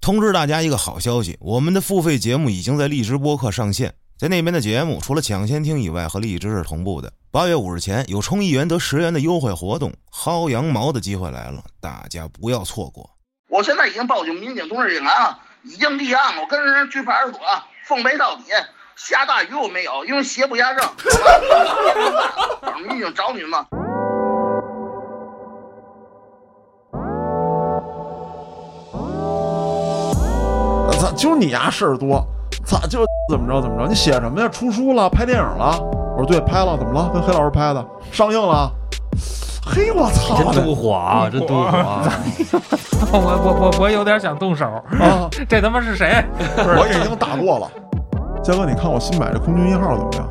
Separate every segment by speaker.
Speaker 1: 通知大家一个好消息，我们的付费节目已经在荔枝播客上线，在那边的节目除了抢先听以外，和荔枝是同步的。八月五日前有充一元得十元的优惠活动，薅羊毛的机会来了，大家不要错过。
Speaker 2: 我现在已经报警，民警同志警察啊，已经立案了，我跟人去派出所奉陪到底。下大雨我没有，因为邪不压正。好吧民警找你们。
Speaker 3: 操，就你丫、事儿多，操，就怎么着怎么着，你写什么呀？出书了，拍电影了？我说对，拍了，怎么了？跟黑老师拍的，上映了。嘿，我操！
Speaker 4: 真妒火啊，真妒火啊！
Speaker 5: 哦我我我我有点想动手，
Speaker 3: 啊，
Speaker 5: 这他妈是谁？
Speaker 3: 我已经打过了。嘉哥，你看我新买这空军一号怎么样？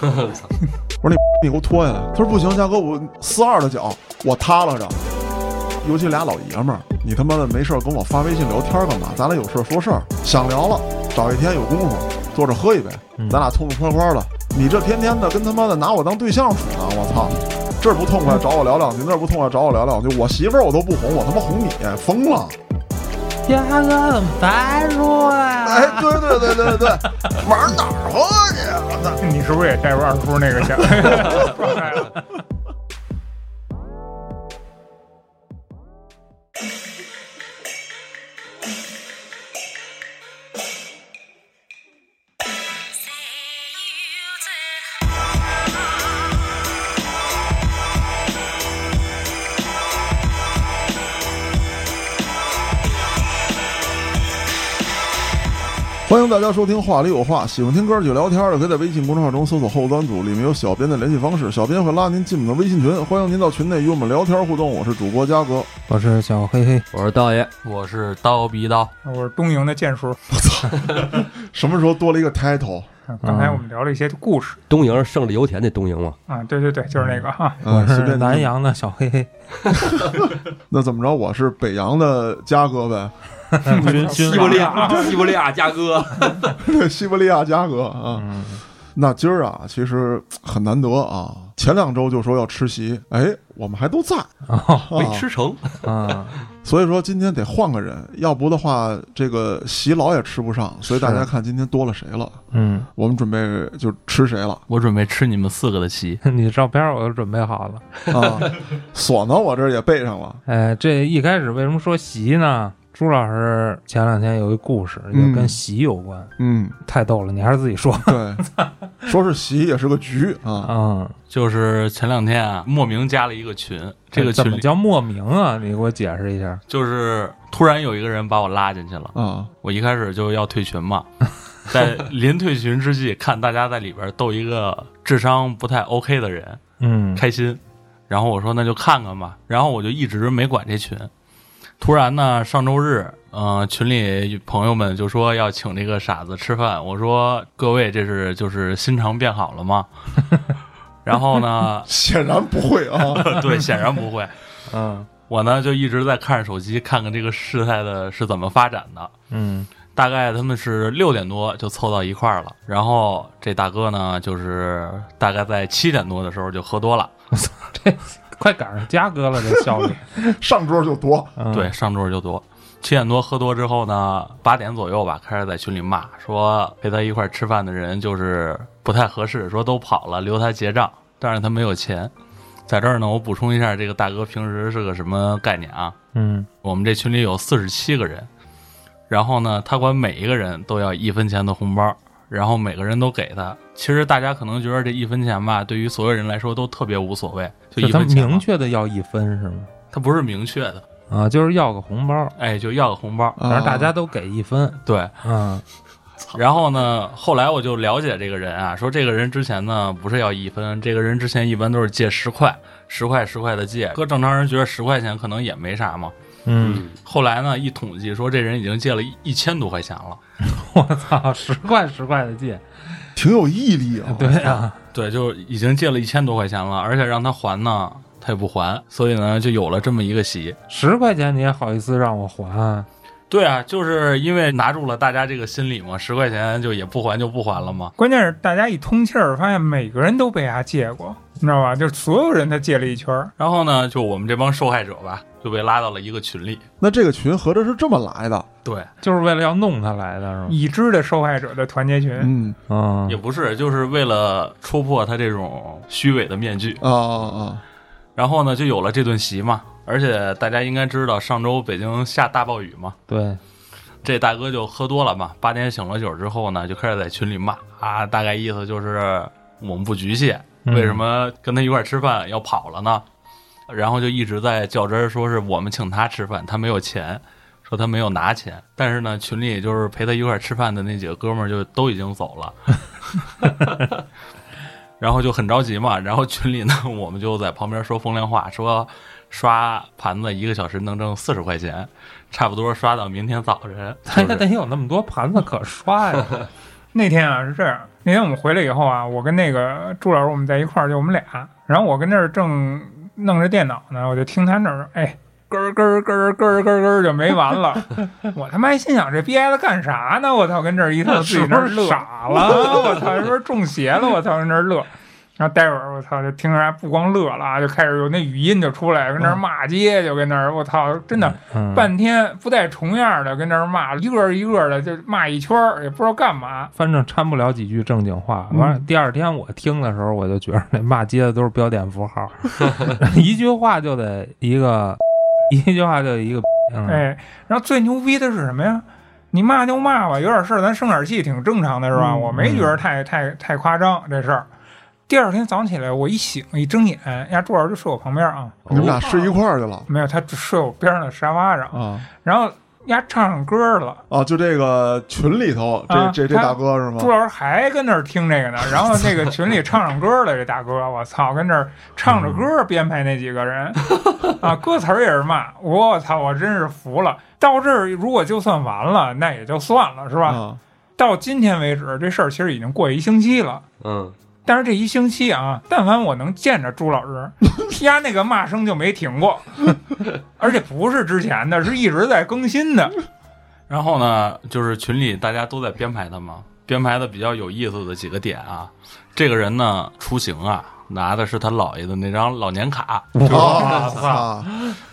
Speaker 3: 我说你 你给我脱下来。他说不行，嘉哥，我四二的脚，我塌拉着。尤其俩老爷们儿，你他妈的没事儿跟我发微信聊天干嘛？咱俩有事儿说事儿，想聊了找一天有功夫坐着喝一杯，咱俩痛痛快快的。你这天天的跟他妈的拿我当对象处呢，我操！这儿不痛快找我聊两句，那儿不痛快找我聊两句，我媳妇儿我都不哄，我他妈哄你，疯了！
Speaker 5: 呀哥怎么才说呀？
Speaker 3: 哎，对对对对对，玩哪儿喝去？我操！
Speaker 6: 你是不是也带入二叔那个想状态了？
Speaker 3: 欢迎大家收听《话里有话》，喜欢听歌曲聊天的，可以在微信公众号中搜索“后端组”，里面有小编的联系方式，小编会拉您进我们的微信群，欢迎您到群内与我们聊天互动。我是主播嘉哥，
Speaker 5: 我是小黑黑，
Speaker 4: 我是道爷，
Speaker 7: 我是刀逼刀，
Speaker 6: 我是东营的剑叔。
Speaker 3: 什么时候多了一个 title？
Speaker 6: 嗯
Speaker 5: 嗯
Speaker 6: 刚才我们聊了一些故事
Speaker 4: 东营胜利油田那东营嘛，
Speaker 6: 啊，对对对，就是那个哈。
Speaker 3: 嗯
Speaker 5: 我
Speaker 3: 随
Speaker 5: 是
Speaker 3: 便
Speaker 5: 南阳的小黑 黑，
Speaker 3: 那怎么着？我是北洋的嘉哥呗，
Speaker 5: 军军
Speaker 4: 西伯利亚， 西伯利亚家哥，
Speaker 3: 对，西伯利亚嘉哥啊。那今儿啊，其实很难得啊。前两周就说要吃席，哎，我们还都在，
Speaker 5: 啊
Speaker 3: 啊
Speaker 4: 哦没吃成，
Speaker 7: 哦
Speaker 5: 啊，
Speaker 3: 所以说今天得换个人，要不的话，这个席老也吃不上。所以大家
Speaker 5: 是
Speaker 3: 看今天多了谁了，
Speaker 5: 嗯，
Speaker 3: 我们准备就吃谁了。
Speaker 7: 我准备吃你们四个的席。
Speaker 5: 嗯 你照片我都准备好了。
Speaker 3: 啊，锁呢我这儿也备上了。
Speaker 5: 哎，这一开始为什么说席呢？朱老师前两天有一故事，也跟席有关，
Speaker 3: 嗯，
Speaker 5: 太逗了，你还是自己说
Speaker 3: 对，说是席也是个局啊。
Speaker 5: 啊。
Speaker 7: 就是前两天啊，莫名加了一个群，这个
Speaker 5: 哎怎
Speaker 7: 群
Speaker 5: 么
Speaker 7: 里
Speaker 5: 叫莫名啊？你给我解释一下。
Speaker 7: 就是突然有一个人把我拉进去了，
Speaker 3: 啊，，
Speaker 7: 我一开始就要退 群嘛，在临退群之际，看大家在里边逗一个智商不太 OK 的人
Speaker 5: 嗯
Speaker 7: 开心，然后我说那就看看吧，然后我就一直没管这群。突然呢，上周日，呃，群里朋友们就说要请这个傻子吃饭，我说各位这是就是心肠变好 了吗？然后呢
Speaker 3: 显然不会 啊。
Speaker 7: 对，显然不会。
Speaker 5: 嗯
Speaker 7: 我呢就一直在看着手机，看看这个事态的是怎么发展的。
Speaker 5: 嗯
Speaker 7: 大概他们是六点多就凑到一块儿了，然后这大哥呢，就是大概在七点多的时候就喝多了，
Speaker 5: 快赶上嘉哥了，这效率。
Speaker 3: 上桌就多，
Speaker 5: 嗯
Speaker 7: 对，，上桌就多。七点多喝多之后呢，八点左右吧，开始在群里骂，说陪他一块儿吃饭的人就是不太合适，说都跑了，留他结账，但是他没有钱。在这儿呢，我补充一下，这个大哥平时是个什么概念啊？
Speaker 5: 嗯
Speaker 7: 我们这群里有四十七个人，然后呢，他管每一个人都要一分钱的红包，然后每个人都给他。其实大家可能觉得这一分钱吧，对于所有人来说都特别无所谓，就一
Speaker 5: 是他
Speaker 7: 分钱嘛
Speaker 5: 明，确的要一分是吗？
Speaker 7: 他不是明确的，
Speaker 5: 啊，就是要个红包，
Speaker 7: 哎，就要个红包。
Speaker 3: 啊
Speaker 5: 反正大家都给一分。
Speaker 7: 对，
Speaker 5: 嗯
Speaker 7: 然后呢，后来我就了解这个人啊，说这个人之前呢不是要一分，这个人之前一般都是借十块，十块十块的借，搁正常人觉得十块钱可能也没啥嘛。
Speaker 5: 嗯，
Speaker 7: 后来呢，一统计说这人已经借了一一千多块钱了。
Speaker 5: 我操，十块十块的借，
Speaker 3: 挺有毅力啊。
Speaker 5: 对啊，
Speaker 7: 对，就已经借了一千多块钱了，而且让他还呢，他也不还，所以呢，就有了这么一个席。
Speaker 5: 十块钱你也好意思让我还？
Speaker 7: 对啊，就是因为拿住了大家这个心理嘛，十块钱就也不还就不还了嘛。
Speaker 6: 关键是大家一通气儿，发现每个人都被他借过，你知道吧？就是所有人他借了一圈儿，
Speaker 7: 然后呢，就我们这帮受害者吧，就被拉到了一个群里。
Speaker 3: 那这个群合着是这么来的，
Speaker 7: 对，
Speaker 5: 就是为了要弄他来的是吗？
Speaker 6: 已知的受害者的团结群，
Speaker 3: 嗯
Speaker 5: 嗯
Speaker 7: 也不是，就是为了戳破他这种虚伪的面具。
Speaker 3: 啊啊啊，
Speaker 7: 然后呢，就有了这顿席嘛。而且大家应该知道，上周北京下大暴雨嘛，
Speaker 5: 对，
Speaker 7: 这大哥就喝多了嘛，八点醒了酒之后呢，就开始在群里骂啊，大概意思就是我们不局限，
Speaker 5: 嗯
Speaker 7: 为什么跟他一块儿吃饭要跑了呢？然后就一直在较真儿，说是我们请他吃饭，他没有钱，说他没有拿钱，但是呢，群里就是陪他一块儿吃饭的那几个哥们儿就都已经走了。然后就很着急嘛，然后群里呢，我们就在旁边说风凉话，说刷盘子一个小时能挣四十块钱，差不多刷到明天早晨。
Speaker 5: 他
Speaker 7: 就
Speaker 5: 也
Speaker 7: 是
Speaker 5: 得有那么多盘子可刷呀。
Speaker 6: 那天啊是这样，那天我们回来以后啊，我跟那个朱老师我们在一块儿，就我们俩，然后我跟那儿正弄着电脑呢，我就听他那儿哎。咯儿咯儿咯儿咯儿咯儿咯儿就没 完了，我他妈还心想这逼孩子干啥呢？我操，跟这儿一套自己那儿 傻了，我操，是不是中邪了？我操，跟这儿乐。然后待会儿我操，就听着不光乐了啊，就开始有那语音就出来，跟那儿骂街，就跟那儿我操，真的
Speaker 5: 嗯，
Speaker 6: 半天不带重样的跟那儿骂，一个一个的就骂一圈儿，也不知道干嘛。
Speaker 5: 反正掺不了几句正经话。完了，第二天我听的时候，我就觉得那骂街的都是标点符号， 一句话就得一个，一句话就一个。 嗯，
Speaker 6: 哎，然后最牛逼的是什么呀？你骂就骂吧，有点事儿咱生点气挺正常的，是吧？
Speaker 3: 嗯
Speaker 6: 我没觉得太太太夸张这事儿。第二天早上起来，我一醒一睁眼，呀，朱老师就睡我旁边啊，
Speaker 3: 你们俩睡一块儿去了
Speaker 6: 没有，他就睡我边上的沙发上，
Speaker 3: 啊
Speaker 6: 然后呀唱上歌了。
Speaker 3: 啊！就这个群里头，这、
Speaker 6: 啊
Speaker 3: 这这
Speaker 6: 他
Speaker 3: 大哥哦是吗
Speaker 6: 朱？老师还跟那儿听这个呢，然后那个群里唱唱歌的这大哥，我操，跟那儿唱着歌编排那几个 人，啊，歌词儿也是骂，我操，我真是服了。到这儿如果就算完了，那也就算了，是吧？
Speaker 3: 啊，
Speaker 6: 到今天为止，这事儿其实已经过一星期了。
Speaker 4: 嗯，
Speaker 6: 但是这一星期啊，但凡我能见着朱老师，他那个骂声就没停过， 而且不是之前的，是一直在更新的。
Speaker 7: 然后呢，就是群里大家都在编排他嘛，编排的比较有意思的几个点啊。这个人呢，出行啊，拿的是他姥爷的那张老年卡，就是
Speaker 3: 啊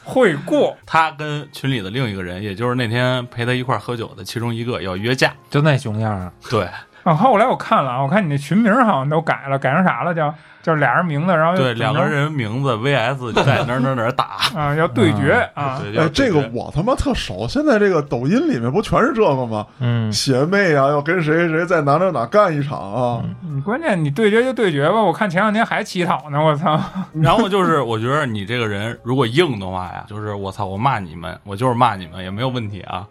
Speaker 6: 会过，
Speaker 7: 他跟群里的另一个人，也就是那天陪他一块儿喝酒的其中一个要约架。
Speaker 5: 就那熊样儿，
Speaker 7: 对
Speaker 6: 啊，后来我看了啊，我看你那群名儿好像都改了，改成啥了？叫叫俩人名字，然后
Speaker 7: 对，
Speaker 6: 哎怎么
Speaker 7: 两个
Speaker 6: 着
Speaker 7: 人名字 VS 在哪儿哪儿哪儿打。
Speaker 6: 啊要对决啊，
Speaker 7: 对，要
Speaker 3: 哎，这个
Speaker 7: 对
Speaker 3: 我他妈特熟。现在这个抖音里面不全是这个吗？
Speaker 5: 嗯，
Speaker 3: 姐妹啊，要跟谁谁在哪哪哪干一场啊？
Speaker 5: 嗯
Speaker 6: 你关键你对决就对决吧。我看前两天还乞讨呢，我操！
Speaker 7: 然后就是，我觉得你这个人如果硬的话呀， 就是我操，我骂你们，我就是骂你们也没有问题啊。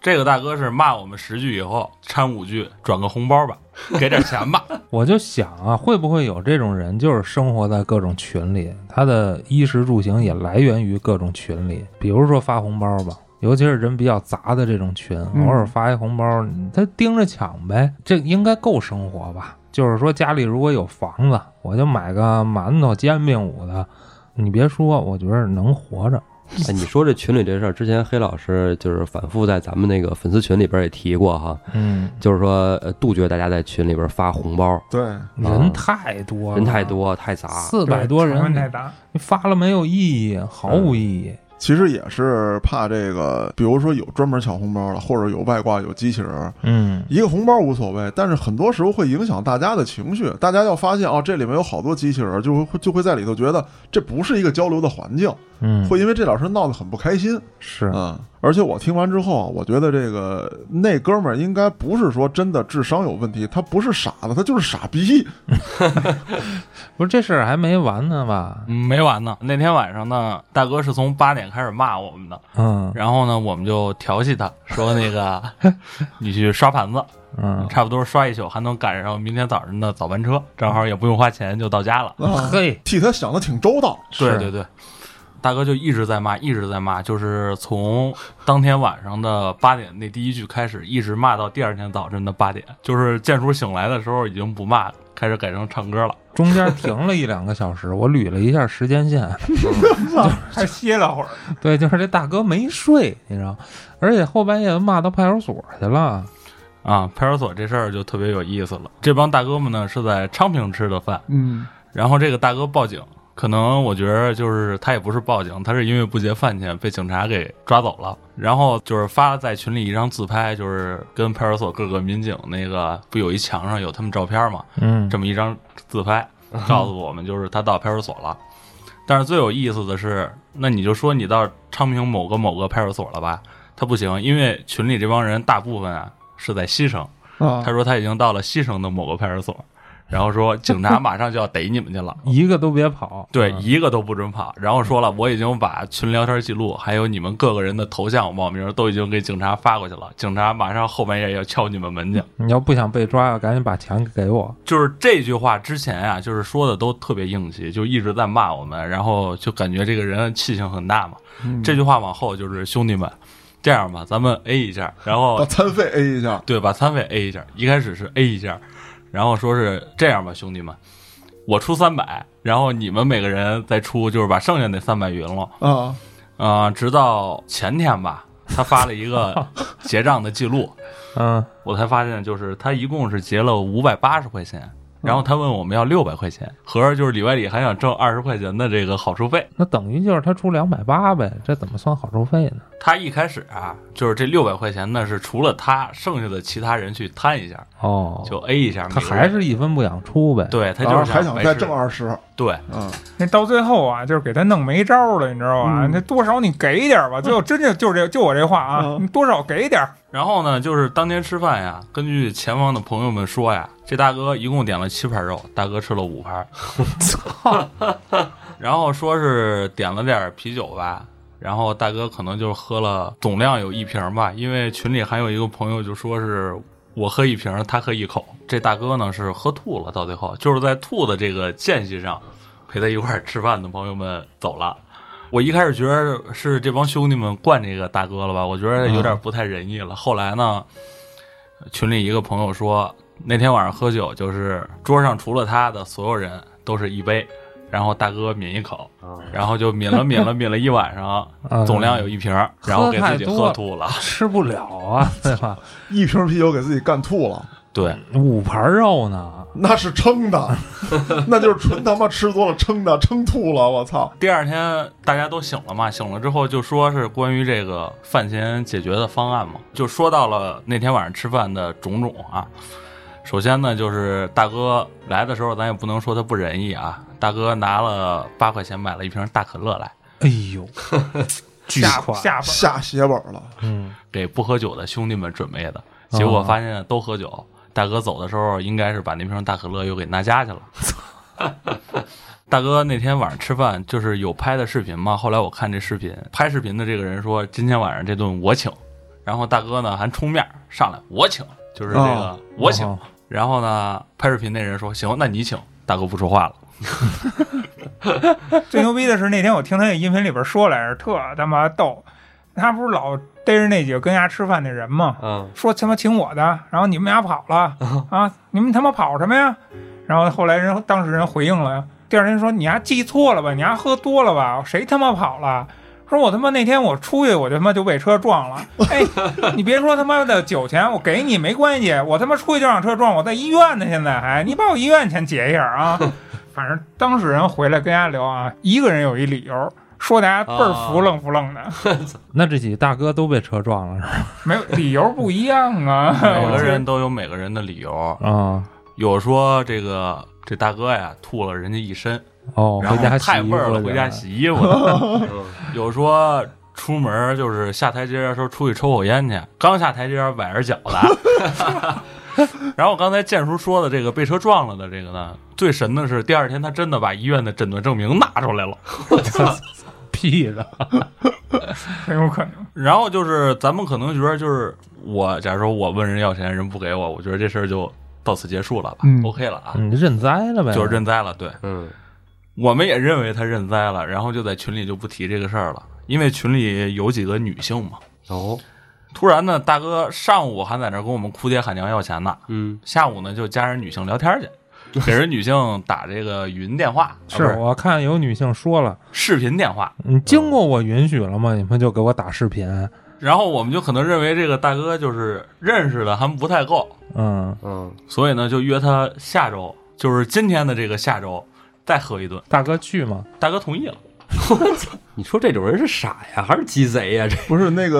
Speaker 7: 这个大哥是骂我们十句以后掺五句，转个红包 吧，给点钱吧。
Speaker 5: 我就想啊，会不会有这种人，就是生活在各种群里，他的衣食住行也来源于各种群里，比如说发红包吧。尤其是人比较杂的这种群，偶尔发一红包，他盯着抢呗，这应该够生活吧？就是说家里如果有房子，我就买个馒头、煎饼捂的。你别说，我觉得能活着。
Speaker 4: 哎，你说这群里这事儿，之前黑老师就是反复在咱们那个粉丝群里边也提过哈，
Speaker 5: 嗯，
Speaker 4: 就是说呃杜绝大家在群里边发红包，
Speaker 3: 对，
Speaker 5: 嗯啊人太多了，
Speaker 4: 人太，多太杂，
Speaker 5: 四百多
Speaker 6: 成本太
Speaker 5: 人，
Speaker 6: 大，
Speaker 5: 你发了没有意义，毫无意义。
Speaker 3: 其实也是怕这个，比如说有专门抢红包的，或者有外挂有机器人儿，
Speaker 5: 嗯
Speaker 3: 一个红包无所谓，但是很多时候会影响大家的情绪。大家要发现哦，这里面有好多机器人儿，就会就会在里头觉得这不是一个交流的环境，
Speaker 5: 嗯，
Speaker 3: 会因为这点事儿闹得很不开心。
Speaker 5: 是，
Speaker 3: 嗯，而且我听完之后啊，我觉得这个那哥们儿应该不是说真的智商有问题，他不是傻子，他就是傻逼。
Speaker 5: 不是这事儿还没完呢吧？
Speaker 7: 嗯，没完呢。那天晚上呢，大哥是从八点开始骂我们的，
Speaker 5: 嗯
Speaker 7: 然后呢，我们就调戏他说那个， 你去刷盘子，
Speaker 5: 嗯，
Speaker 7: 差不多刷一宿，还能赶上明天早上的早班车，正好也不用花钱就到家了。
Speaker 3: 啊，
Speaker 5: 嘿，
Speaker 3: 替他想的挺周到。
Speaker 7: 对
Speaker 5: 是
Speaker 7: 对对，大哥就一直在骂，一直在骂，就是从当天晚上的八点那第一句开始，一直骂到第二天早晨的八点，就是建叔醒来的时候已经不骂了，开始改成唱歌了。
Speaker 5: 中间停了一两个小时，我捋了一下时间线，
Speaker 6: 还歇了会儿，
Speaker 5: 对，就是这大哥没睡，你知道，而且后半夜骂到派出所去了。
Speaker 7: 啊，派出所这事儿就特别有意思了。这帮大哥们呢是在昌平吃的饭，
Speaker 6: 嗯，
Speaker 7: 然后这个大哥报警，可能我觉得就是他也不是报警，他是因为不结饭钱被警察给抓走了。然后就是发在群里一张自拍，就是跟派出所各个民警那个不有一墙上有他们照片嘛，
Speaker 5: 嗯，。
Speaker 7: 这么一张自拍，告诉我们就是他到派出所了。但是最有意思的是，那你就说你到昌平某个某个派出所了吧？他不行，因为群里这帮人大部分啊是在西城，
Speaker 6: 啊
Speaker 7: 他，说他已经到了西城的某个派出所，然后说警察马上就要逮你们去了
Speaker 5: 一个都别跑。
Speaker 7: 对，
Speaker 5: 嗯
Speaker 7: 一个都不准跑。然后说了，我已经把群聊天记录，还有你们各个人的头像、网名都已经给警察发过去了。警察马上后半夜要敲你们门去。
Speaker 5: 你要不想被抓，赶紧把钱给我。
Speaker 7: 就是这句话之前啊，就是说的都特别硬气，就一直在骂我们，然后就感觉这个人气性很大嘛。这句话往后就是兄弟们，这样吧，咱们 A 一下，然后
Speaker 3: 把餐费 A 一下，
Speaker 7: 对，把餐费 A 一下。一开始是 A 一下，然后说是这样吧，兄弟们，我出三百，然后你们每个人再出，就是把剩下那三百匀了。
Speaker 3: 啊，
Speaker 7: 啊、直到前天吧，他发了一个结账的记录，
Speaker 5: 嗯，
Speaker 7: 我才发现就是他一共是结了五百八十块钱。
Speaker 3: 嗯
Speaker 7: 然后他问我们要六百块钱，合着就是里外里还想挣二十块钱的这个好处费。
Speaker 5: 那等于就是他出两百八呗，这怎么算好处费呢？
Speaker 7: 他一开始啊，就是这六百块钱呢是除了他，剩下的其他人去摊一下，
Speaker 5: 哦，
Speaker 7: 就 A 一下。
Speaker 5: 他
Speaker 7: 每个人
Speaker 5: 还是一分不想出呗。，
Speaker 7: 对他
Speaker 3: 然
Speaker 7: 就
Speaker 3: 后
Speaker 7: 是
Speaker 3: 哦还想
Speaker 7: 白
Speaker 3: 再
Speaker 7: 吃
Speaker 3: 挣二十，
Speaker 7: 对，
Speaker 3: 嗯，
Speaker 6: 那到最后啊，就是给他弄没招了，你知道吧？
Speaker 3: 嗯
Speaker 6: 那多少你给一点儿吧，最后真正就是这就我这话啊，
Speaker 3: 嗯
Speaker 6: 你多少给一点儿，
Speaker 7: 然后呢，就是当天吃饭呀，根据前方的朋友们说呀，这大哥一共点了七盘肉，大哥吃了五盘，操！然后说是点了点啤酒吧，然后大哥可能就喝了总量有一瓶吧，因为群里还有一个朋友就说是我喝一瓶，他喝一口。这大哥呢是喝吐了，到最后就是在吐的这个间隙上，陪他一块儿吃饭的朋友们走了。我一开始觉得是这帮兄弟们惯这个大哥了吧，我觉得有点不太仁义了。后来呢，群里一个朋友说，那天晚上喝酒就是桌上除了他的所有人都是一杯，然后大哥抿一口，然后就抿了抿了抿了一晚上，
Speaker 5: 嗯
Speaker 7: 总量有一瓶，然后给自己喝吐了。
Speaker 5: 吃不了啊， 对吧？
Speaker 3: 一瓶啤酒给自己干吐了，
Speaker 7: 对，
Speaker 5: 五盘肉呢，
Speaker 3: 那是撑的， 那就是纯他妈吃多了撑的，撑吐了，我操，
Speaker 7: 第二天大家都醒了嘛，醒了之后就说是关于这个饭前解决的方案嘛，就说到了那天晚上吃饭的种种啊。首先呢，就是大哥来的时候，咱也不能说他不仁义啊。大哥拿了八块钱买了一瓶大可乐来，
Speaker 5: 哎呦，巨
Speaker 6: 下
Speaker 5: 款，
Speaker 6: 下边
Speaker 3: 下血本了，
Speaker 5: 嗯，
Speaker 7: 给不喝酒的兄弟们准备的。结果发现都喝酒，大哥走的时候应该是把那瓶大可乐又给拿家去了。 大哥那天晚上吃饭就是有拍的视频嘛，后来我看这视频，拍视频的这个人说今天晚上这顿我请，然后大哥呢还冲面上来我请，就是这个、
Speaker 3: 哦
Speaker 7: 我请，
Speaker 5: 哦
Speaker 7: 然后呢拍视频那人说行，那你请，大哥不说话了。
Speaker 6: 最牛逼的是那天我听他那音频里边说来着，特他妈逗，他不是老逮着那几个跟家吃饭那人吗？
Speaker 4: 嗯，
Speaker 6: 说他妈请我的，然后你们俩跑了啊！你们他妈跑什么呀？然后后来人当事人回应了，第二天说你丫记错了吧，你丫喝多了吧，谁他妈跑了？说我他妈那天我出去我就他妈就被车撞了，哎，你别说他妈的酒钱我给你没关系，我他妈出去就让车撞，我在医院呢现在还，你把我医院钱结一下啊！反正当事人回来跟大家聊啊，一个人有一理由，说大家倍儿
Speaker 4: 啊
Speaker 6: 服愣服愣的，
Speaker 5: 那这几大哥都被车撞了是吧？
Speaker 6: 没有理由不一样啊，
Speaker 7: 每个人都有每个人的理由，
Speaker 5: 啊，
Speaker 7: 有说这个这大哥呀吐了人家一身，
Speaker 5: 哦，
Speaker 7: 然
Speaker 5: 回
Speaker 7: 后
Speaker 5: 家洗
Speaker 7: 太
Speaker 5: 衣
Speaker 7: 味儿
Speaker 5: 服
Speaker 7: 了，
Speaker 5: 去
Speaker 7: 回家。洗衣服了。有说出门就是下台阶的时候出去抽口烟去，刚下台阶崴着脚了。然后刚才建叔说的这个被车撞了的这个呢，最神的是第二天他真的把医院的诊断证明拿出来了。
Speaker 5: 屁的，
Speaker 6: 很有可能。
Speaker 7: 然后就是咱们可能觉得就是我，假如说我问人要钱，人不给我，我觉得这事儿就到此结束了吧、
Speaker 6: 嗯
Speaker 7: o k 了啊，
Speaker 5: 你认栽了呗？
Speaker 7: 就是认栽了。对，
Speaker 4: 嗯，
Speaker 7: 我们也认为他认栽了，然后就在群里就不提这个事儿了，因为群里有几个女性嘛。
Speaker 4: 哦，
Speaker 7: 突然呢，大哥上午还在那儿跟我们哭爹喊娘要钱呢，
Speaker 4: 嗯，
Speaker 7: 下午呢就加人女性聊天去。给人女性打这个语音电话，
Speaker 5: 是
Speaker 7: 啊不
Speaker 5: 我看有女性说了，
Speaker 7: 视频电话。
Speaker 5: 你经过我允许了吗？你们就给我打视频，
Speaker 7: 然后我们就可能认为这个大哥就是认识的还不太够，
Speaker 5: 嗯，
Speaker 4: 嗯，
Speaker 7: 所以呢就约他下周，就是今天的这个下周再喝一顿。
Speaker 5: 大哥去吗？
Speaker 7: 大哥同意了，
Speaker 4: 你说这种人是傻呀，还是鸡贼呀？这
Speaker 3: 不是那个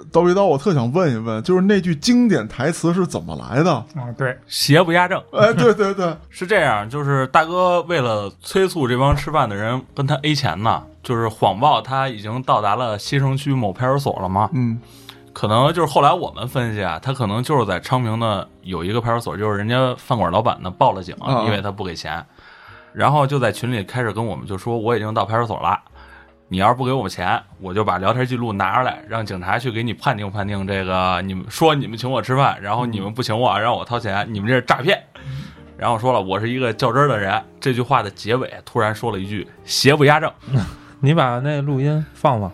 Speaker 3: 呃刀一刀，我特想问一问，就是那句经典台词是怎么来的？
Speaker 6: 啊，对，
Speaker 7: 邪不压正。
Speaker 3: 哎，对对对，
Speaker 7: 是这样，就是大哥为了催促这帮吃饭的人跟他 A 钱呢，就是谎报他已经到达了西城区某派出所了嘛。
Speaker 3: 嗯，
Speaker 7: 可能就是后来我们分析啊，他可能就是在昌平的有一个派出所，就是人家饭馆老板呢报了警
Speaker 3: 啊，
Speaker 7: 因为他不给钱，然后就在群里开始跟我们就说我已经到派出所了，你要是不给我们钱，我就把聊天记录拿出来，让警察去给你判定判定这个你们说你们请我吃饭，然后你们不请我让我掏钱，你们这是诈骗。然后说了，我是一个较真儿的人。这句话的结尾突然说了一句“邪不压正
Speaker 5: 你把那录音放放，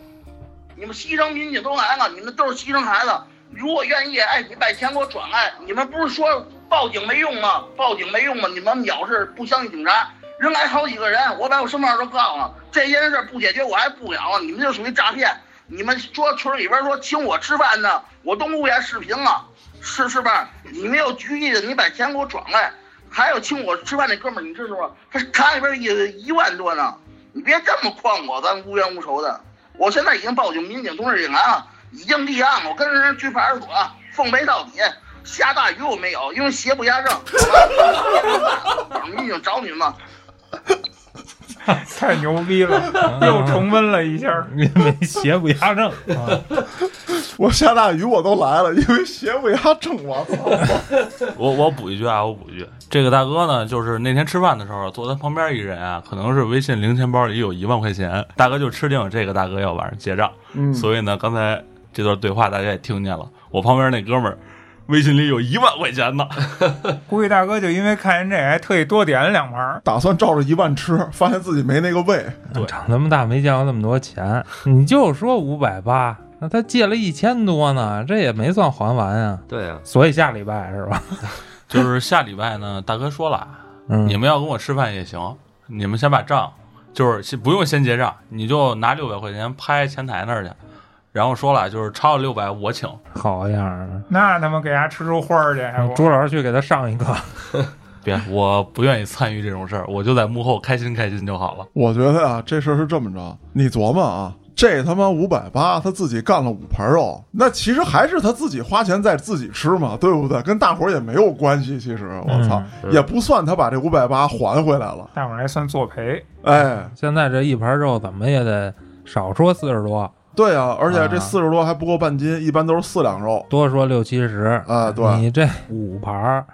Speaker 2: 你们西城民警都来了，你们都是西城孩子。如果愿意，哎，你把钱给我转来。你们不是说报警没用吗？报警没用吗？你们藐视不相信警察，人来好几个人，我把我身份证都告了。这件事不解决，我还不了了。你们就属于诈骗。你们说群里边说请我吃饭呢，我都录下视频了，是是吧？你没有拘役的，你把钱给我转来。还有请我吃饭那哥们儿，你知道吗？他卡里边一一万多呢，你别这么诓我，咱无冤无仇的。我现在已经报警，民警同志已经来了，已经立案了。我跟人去派出所啊奉陪到底，下大雨我没有，因为邪不压正。 等着民警找你们吧。
Speaker 6: 太牛逼了，又重温了一下。
Speaker 5: 你 没邪不压正啊。
Speaker 3: 我下大雨我都来了，因为邪不压正，我操！”。
Speaker 7: 我我补一句啊，我补一句，这个大哥呢，就是那天吃饭的时候，坐他旁边一人啊，可能是微信零钱包里有一万块钱，大哥就吃定这个大哥要晚上结账，
Speaker 3: 嗯
Speaker 7: 所以呢，刚才这段对话大家也听见了，我旁边那哥们儿微信里有一万块钱呢，
Speaker 6: 估计大哥就因为看见这，还特意多点了两盘儿。
Speaker 3: 打算照着一万吃，发现自己没那个胃，
Speaker 7: 对
Speaker 5: 长那么大没见过那么多钱，你就说五百八，那他借了一千多呢，这也没算还完啊。
Speaker 4: 对呀、
Speaker 5: 所以下礼拜是吧？
Speaker 7: 就是下礼拜呢，大哥说了啊，
Speaker 5: 嗯，
Speaker 7: 你们要跟我吃饭也行，你们先把账，就是先不用先结账，你就拿六百块钱拍前台那儿去，然后说了啊就是超了六百我请，
Speaker 5: 好样儿
Speaker 6: 那他妈给伢吃出花儿去，还
Speaker 7: 哎
Speaker 5: 的！
Speaker 6: 我
Speaker 5: 朱老师去给他上一课，
Speaker 7: 别，我不愿意参与这种事儿，我就在幕后开心开心就好了。
Speaker 3: 我觉得啊，这事儿是这么着，你琢磨啊，这他妈五百八，他自己干了五盘肉，那其实还是他自己花钱在自己吃嘛，对不对？跟大伙儿也没有关系，其实我操，
Speaker 5: 嗯
Speaker 3: 也不算他把这五百八还回来了，
Speaker 6: 大伙儿还算作陪，
Speaker 3: 哎，
Speaker 5: 现在这一盘肉怎么也得少说四十多，
Speaker 3: 对啊，而且这
Speaker 5: 啊
Speaker 3: 四十多还不够半斤，一般都是四两肉，
Speaker 5: 多说六七十
Speaker 3: 啊对
Speaker 5: 你这五盘儿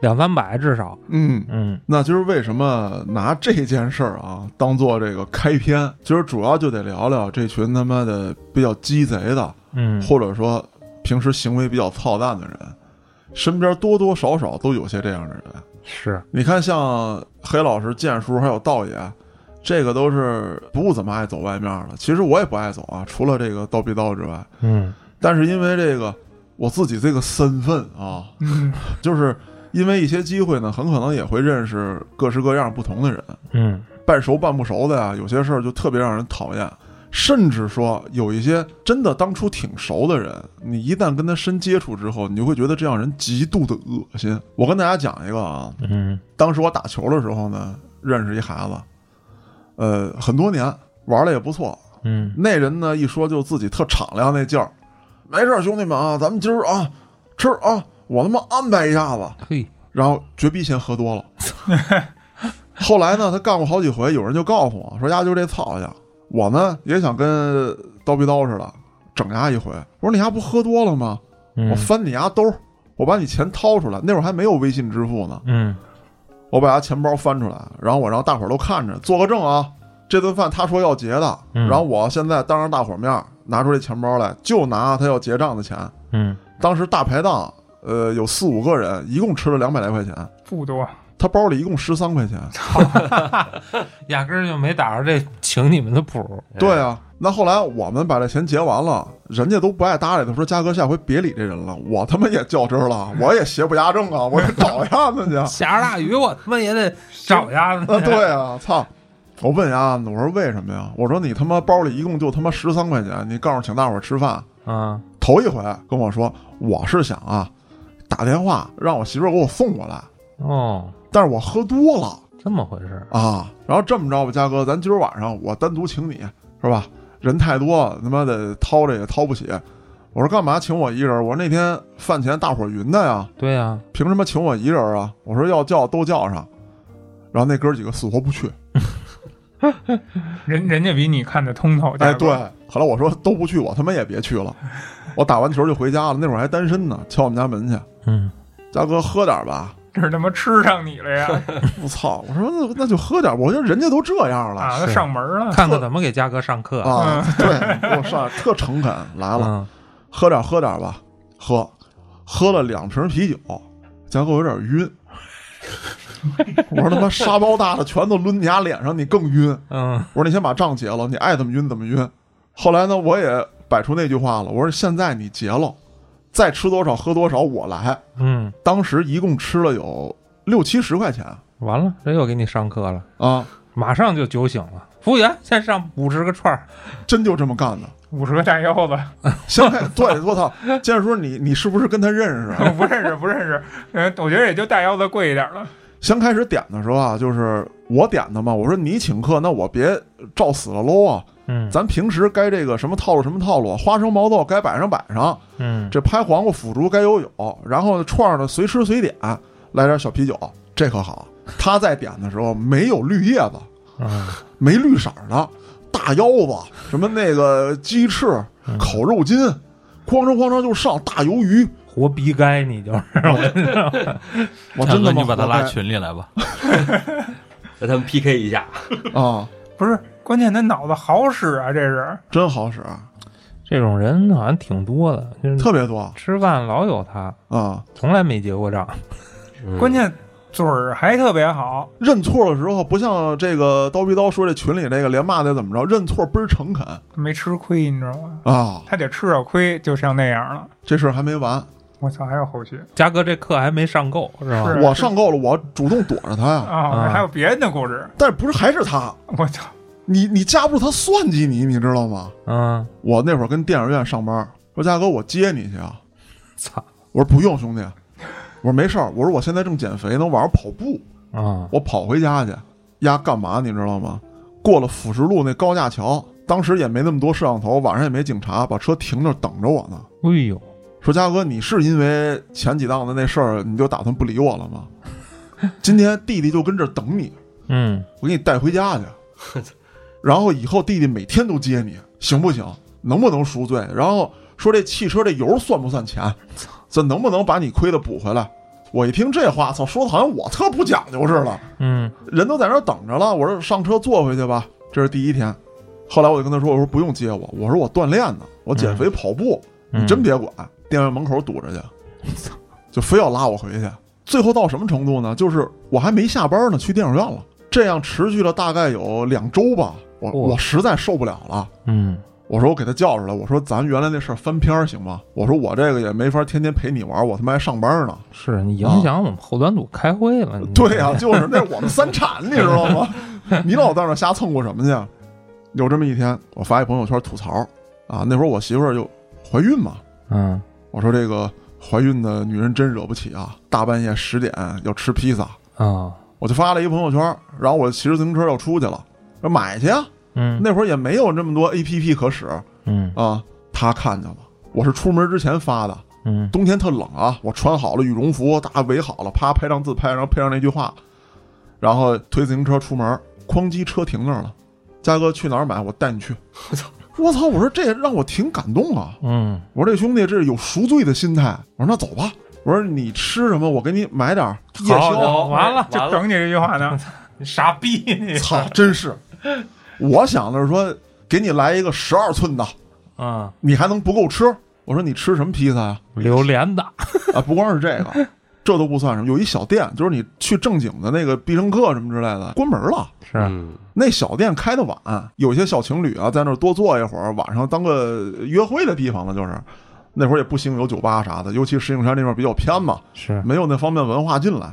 Speaker 5: 两三百至少，
Speaker 3: 嗯。
Speaker 5: 嗯，
Speaker 3: 那就是为什么拿这件事儿啊当做这个开篇，其实主要就得聊聊这群他妈的比较鸡贼的，
Speaker 5: 嗯，
Speaker 3: 或者说平时行为比较操蛋的人，身边多多少少都有些这样的人。
Speaker 5: 是
Speaker 3: 你看，像黑老师、建叔还有道爷，这个都是不怎么爱走外面的。其实我也不爱走啊，除了这个刀逼刀之外，
Speaker 5: 嗯
Speaker 3: 但是因为这个我自己这个身份啊，
Speaker 6: 嗯，
Speaker 3: 就是因为一些机会呢，很可能也会认识各式各样不同的人。
Speaker 5: 嗯
Speaker 3: 半熟半不熟的呀，有些事儿就特别让人讨厌，甚至说有一些真的当初挺熟的人，你一旦跟他深接触之后，你就会觉得这样人极度的恶心。我跟大家讲一个啊，
Speaker 5: 嗯
Speaker 3: 当时我打球的时候呢，认识一孩子，呃，很多年玩的也不错，
Speaker 5: 嗯
Speaker 3: 那人呢一说就自己特敞亮那劲儿，没事儿兄弟们啊，咱们今儿啊吃啊，我他妈安排一下子，
Speaker 5: 嘿，
Speaker 3: 然后绝逼先喝多了。 后来呢，他干过好几回，有人就告诉我说：“丫就这操性。”我呢也想跟刀逼刀似的整丫一回。我说：“你丫不喝多了吗？
Speaker 5: 嗯
Speaker 3: 我翻你丫兜，我把你钱掏出来。那会儿还没有微信支付呢，
Speaker 5: 嗯
Speaker 3: 我把丫钱包翻出来，然后我让大伙儿都看着，做个证啊。这顿饭他说要结的，
Speaker 5: 嗯
Speaker 3: 然后我现在当着大伙儿面儿拿出这钱包来，就拿他要结账的钱。
Speaker 5: 嗯
Speaker 3: 当时大排档，呃，有四五个人，一共吃了两百来块钱。
Speaker 6: 不多，
Speaker 3: 他包里一共十三块钱。
Speaker 5: 压根儿就没打着这请你们的谱儿。
Speaker 3: 对啊，那后来我们把这钱结完了，人家都不爱搭理他，说嘉哥下回别理这人了。我他妈也较真儿了，我也邪不压正啊，我也找他们去。
Speaker 5: 下着大雨，我他妈也得找丫的。
Speaker 3: 啊，对啊，操！我问丫子，我说为什么呀？我说你他妈包里一共就他妈十三块钱，你告诉请大伙儿吃饭，
Speaker 5: 啊，
Speaker 3: 头一回跟我说，我是想啊，打电话让我媳妇儿给我送过来，
Speaker 5: 哦，
Speaker 3: 但是我喝多了
Speaker 5: 这么回事儿。
Speaker 3: 啊，然后这么着吧，嘉哥，咱今儿晚上我单独请你，是吧？人太多，他妈的掏着也掏不起。我说干嘛请我一人？啊我说那天饭钱大伙儿匀的呀，
Speaker 5: 对呀，
Speaker 3: 凭什么请我一人啊？我说要叫都叫上，然后那哥儿几个死活不去。
Speaker 6: 人人家比你看得通透。
Speaker 3: 哎，
Speaker 6: 大哥
Speaker 3: 对，，后来我说都不去，我他妈也别去了。我打完球就回家了，那会儿还单身呢，敲我们家门去，
Speaker 5: 嗯，
Speaker 3: 嘉哥喝点儿吧。
Speaker 6: 这是他妈吃上你了呀！
Speaker 3: 我操！我说那那就喝点儿吧，我说人家都这样了
Speaker 6: 啊，那上门了，
Speaker 5: 看看怎么给嘉哥上课。
Speaker 3: 啊，对，我上来特诚恳来了，
Speaker 5: 嗯，
Speaker 3: 喝点儿喝点儿吧，喝，喝了两瓶啤酒，嘉哥有点晕。我说他妈沙包大的全都抡你丫脸上，你更晕。
Speaker 5: 嗯，
Speaker 3: 我说你先把账结了，你爱怎么晕怎么晕。后来呢，我也摆出那句话了，我说现在你结了，再吃多少喝多少我来。
Speaker 5: 嗯，
Speaker 3: 当时一共吃了有六七十块钱
Speaker 5: 完了，这又给你上课了，
Speaker 3: 啊，
Speaker 5: 马上就酒醒了。服务员，先上五十个串儿。
Speaker 3: 真就这么干的。
Speaker 6: 五十个大腰子，
Speaker 3: 现在对，我操，接着说你你是不是跟他认识啊？
Speaker 6: 不认识不认识。呃，我觉得也就大腰子贵一点了。
Speaker 3: 先开始点的时候啊，就是我点的嘛，我说你请客，那我别照死了搂啊。
Speaker 5: 嗯
Speaker 3: 咱平时该这个什么套路什么套路，花生毛豆该摆上摆上，
Speaker 5: 嗯，
Speaker 3: 这拍黄瓜、腐竹该有有，然后串儿呢随吃随点，来点小啤酒，这可好。他在点的时候没有绿叶子，
Speaker 5: 啊
Speaker 3: 没绿色儿的，大腰子，什么那个鸡翅、烤肉筋，哐哧哐哧就上大鱿鱼，
Speaker 5: 活逼该你就是。
Speaker 3: 我
Speaker 7: 大
Speaker 3: 真的
Speaker 7: 哥你把他拉群里来吧。
Speaker 4: 让他们 PK 一下。
Speaker 3: 啊，
Speaker 6: 不是，关键他脑子好使啊，这是
Speaker 3: 真好使，
Speaker 5: 这种人好像挺多的，就是
Speaker 3: 特别多
Speaker 5: 吃饭老有他，
Speaker 3: 啊。
Speaker 5: 从来没结过账。
Speaker 4: 嗯
Speaker 6: 关键嘴儿还特别好。
Speaker 3: 认错的时候不像这个刀逼刀说这群里这个连骂带怎么着，认错倍儿诚恳
Speaker 6: 没吃亏，你知道吗？
Speaker 3: 啊。
Speaker 6: 他得吃着亏，就像那样了。
Speaker 3: 这事儿还没完，
Speaker 6: 我操，还有后续
Speaker 5: 嘉哥这课还没上够是吧？
Speaker 6: 是
Speaker 3: 我上够了，我主动躲着他呀，
Speaker 6: 啊！
Speaker 5: 啊
Speaker 6: 还有别人的故事，
Speaker 3: 但是不是还是他。
Speaker 6: 我操！
Speaker 3: 你你架不住他算计你，你知道吗？
Speaker 5: 嗯，
Speaker 3: 我那会儿跟电影院上班，说佳哥，我接你去啊。
Speaker 5: 操
Speaker 3: 我说不用，兄弟，我说没事儿，我说我现在正减肥呢，我晚上跑步，
Speaker 5: 啊
Speaker 3: 我跑回家去。丫干嘛你知道吗？过了辅食路那高架桥，当时也没那么多摄像头，晚上也没警察，把车停那儿等着我呢。
Speaker 5: 哎呦，
Speaker 3: 说佳哥，你是因为前几档的那事儿，你就打算不理我了吗？今天弟弟就跟这儿等你，
Speaker 5: 嗯，
Speaker 3: 我给你带回家去。然后以后弟弟每天都接你，行不行？能不能赎罪？然后说这汽车这油算不算钱？这能不能把你亏的补回来？我一听这话，操，说的好像我特不讲究似的。
Speaker 5: 嗯，
Speaker 3: 人都在那儿等着了，我说上车坐回去吧。这是第一天。后来我就跟他说，我说不用接我，我说我锻炼呢，我减肥跑步，
Speaker 5: 嗯
Speaker 3: 你真别管。电影院门口堵着去，就非要拉我回去。最后到什么程度呢？就是我还没下班呢，去电影院了。这样持续了大概有两周吧，我
Speaker 5: 哇
Speaker 3: 我实在受不了了。
Speaker 5: 嗯，
Speaker 3: 我说我给他叫出来，我说咱原来那事儿翻篇儿行吗？我说我这个也没法天天陪你玩，我他妈还上班呢。
Speaker 5: 是你影响我们后端组开会了。你
Speaker 3: 对啊呀、就是那我们三产，你知道吗？你老在那瞎蹭过什么去？有这么一天，我发一朋友圈吐槽啊，那会儿我媳妇儿就怀孕嘛，
Speaker 5: 嗯，
Speaker 3: 我说这个怀孕的女人真惹不起啊，大半夜十点要吃披萨，
Speaker 5: 啊，
Speaker 3: 我就发了一朋友圈，然后我骑着自行车要出去了，说买去啊，
Speaker 5: 嗯，
Speaker 3: 那会儿也没有这么多 A P P 可使
Speaker 5: 嗯
Speaker 3: 啊，她看见了，我是出门之前发的，
Speaker 5: 嗯
Speaker 3: 冬天特冷啊，我穿好了羽绒服，大家围好了，啪拍张自拍，然后配上那句话，然后推自行车出门，哐叽车停那儿了。嘉哥去哪儿买？我带你去。 我操！我操！我说这让我挺感动啊！
Speaker 5: 嗯
Speaker 3: 我说这兄弟这是有赎罪的心态。我说那走吧。我说你吃什么？我给你买点儿夜宵。
Speaker 5: 哦完了
Speaker 6: 就等你这句 话呢。
Speaker 5: 你傻逼你
Speaker 3: 操，真是！我想的是说，给你来一个十二寸的，
Speaker 5: 啊，
Speaker 3: 你还能不够吃？我说你吃什么披萨呀、
Speaker 5: 榴莲的，
Speaker 3: 啊，不光是这个， 这都不算什么，有一小店，就是你去正经的那个必胜客什么之类的，关门了。
Speaker 5: 是
Speaker 4: 嗯，
Speaker 3: 那小店开的晚，有些小情侣啊，在那儿多坐一会儿，晚上当个约会的地方了，就是。那会儿也不兴有酒吧啥的，尤其石景山那边比较偏嘛，
Speaker 5: 是，
Speaker 3: 没有那方面文化进来。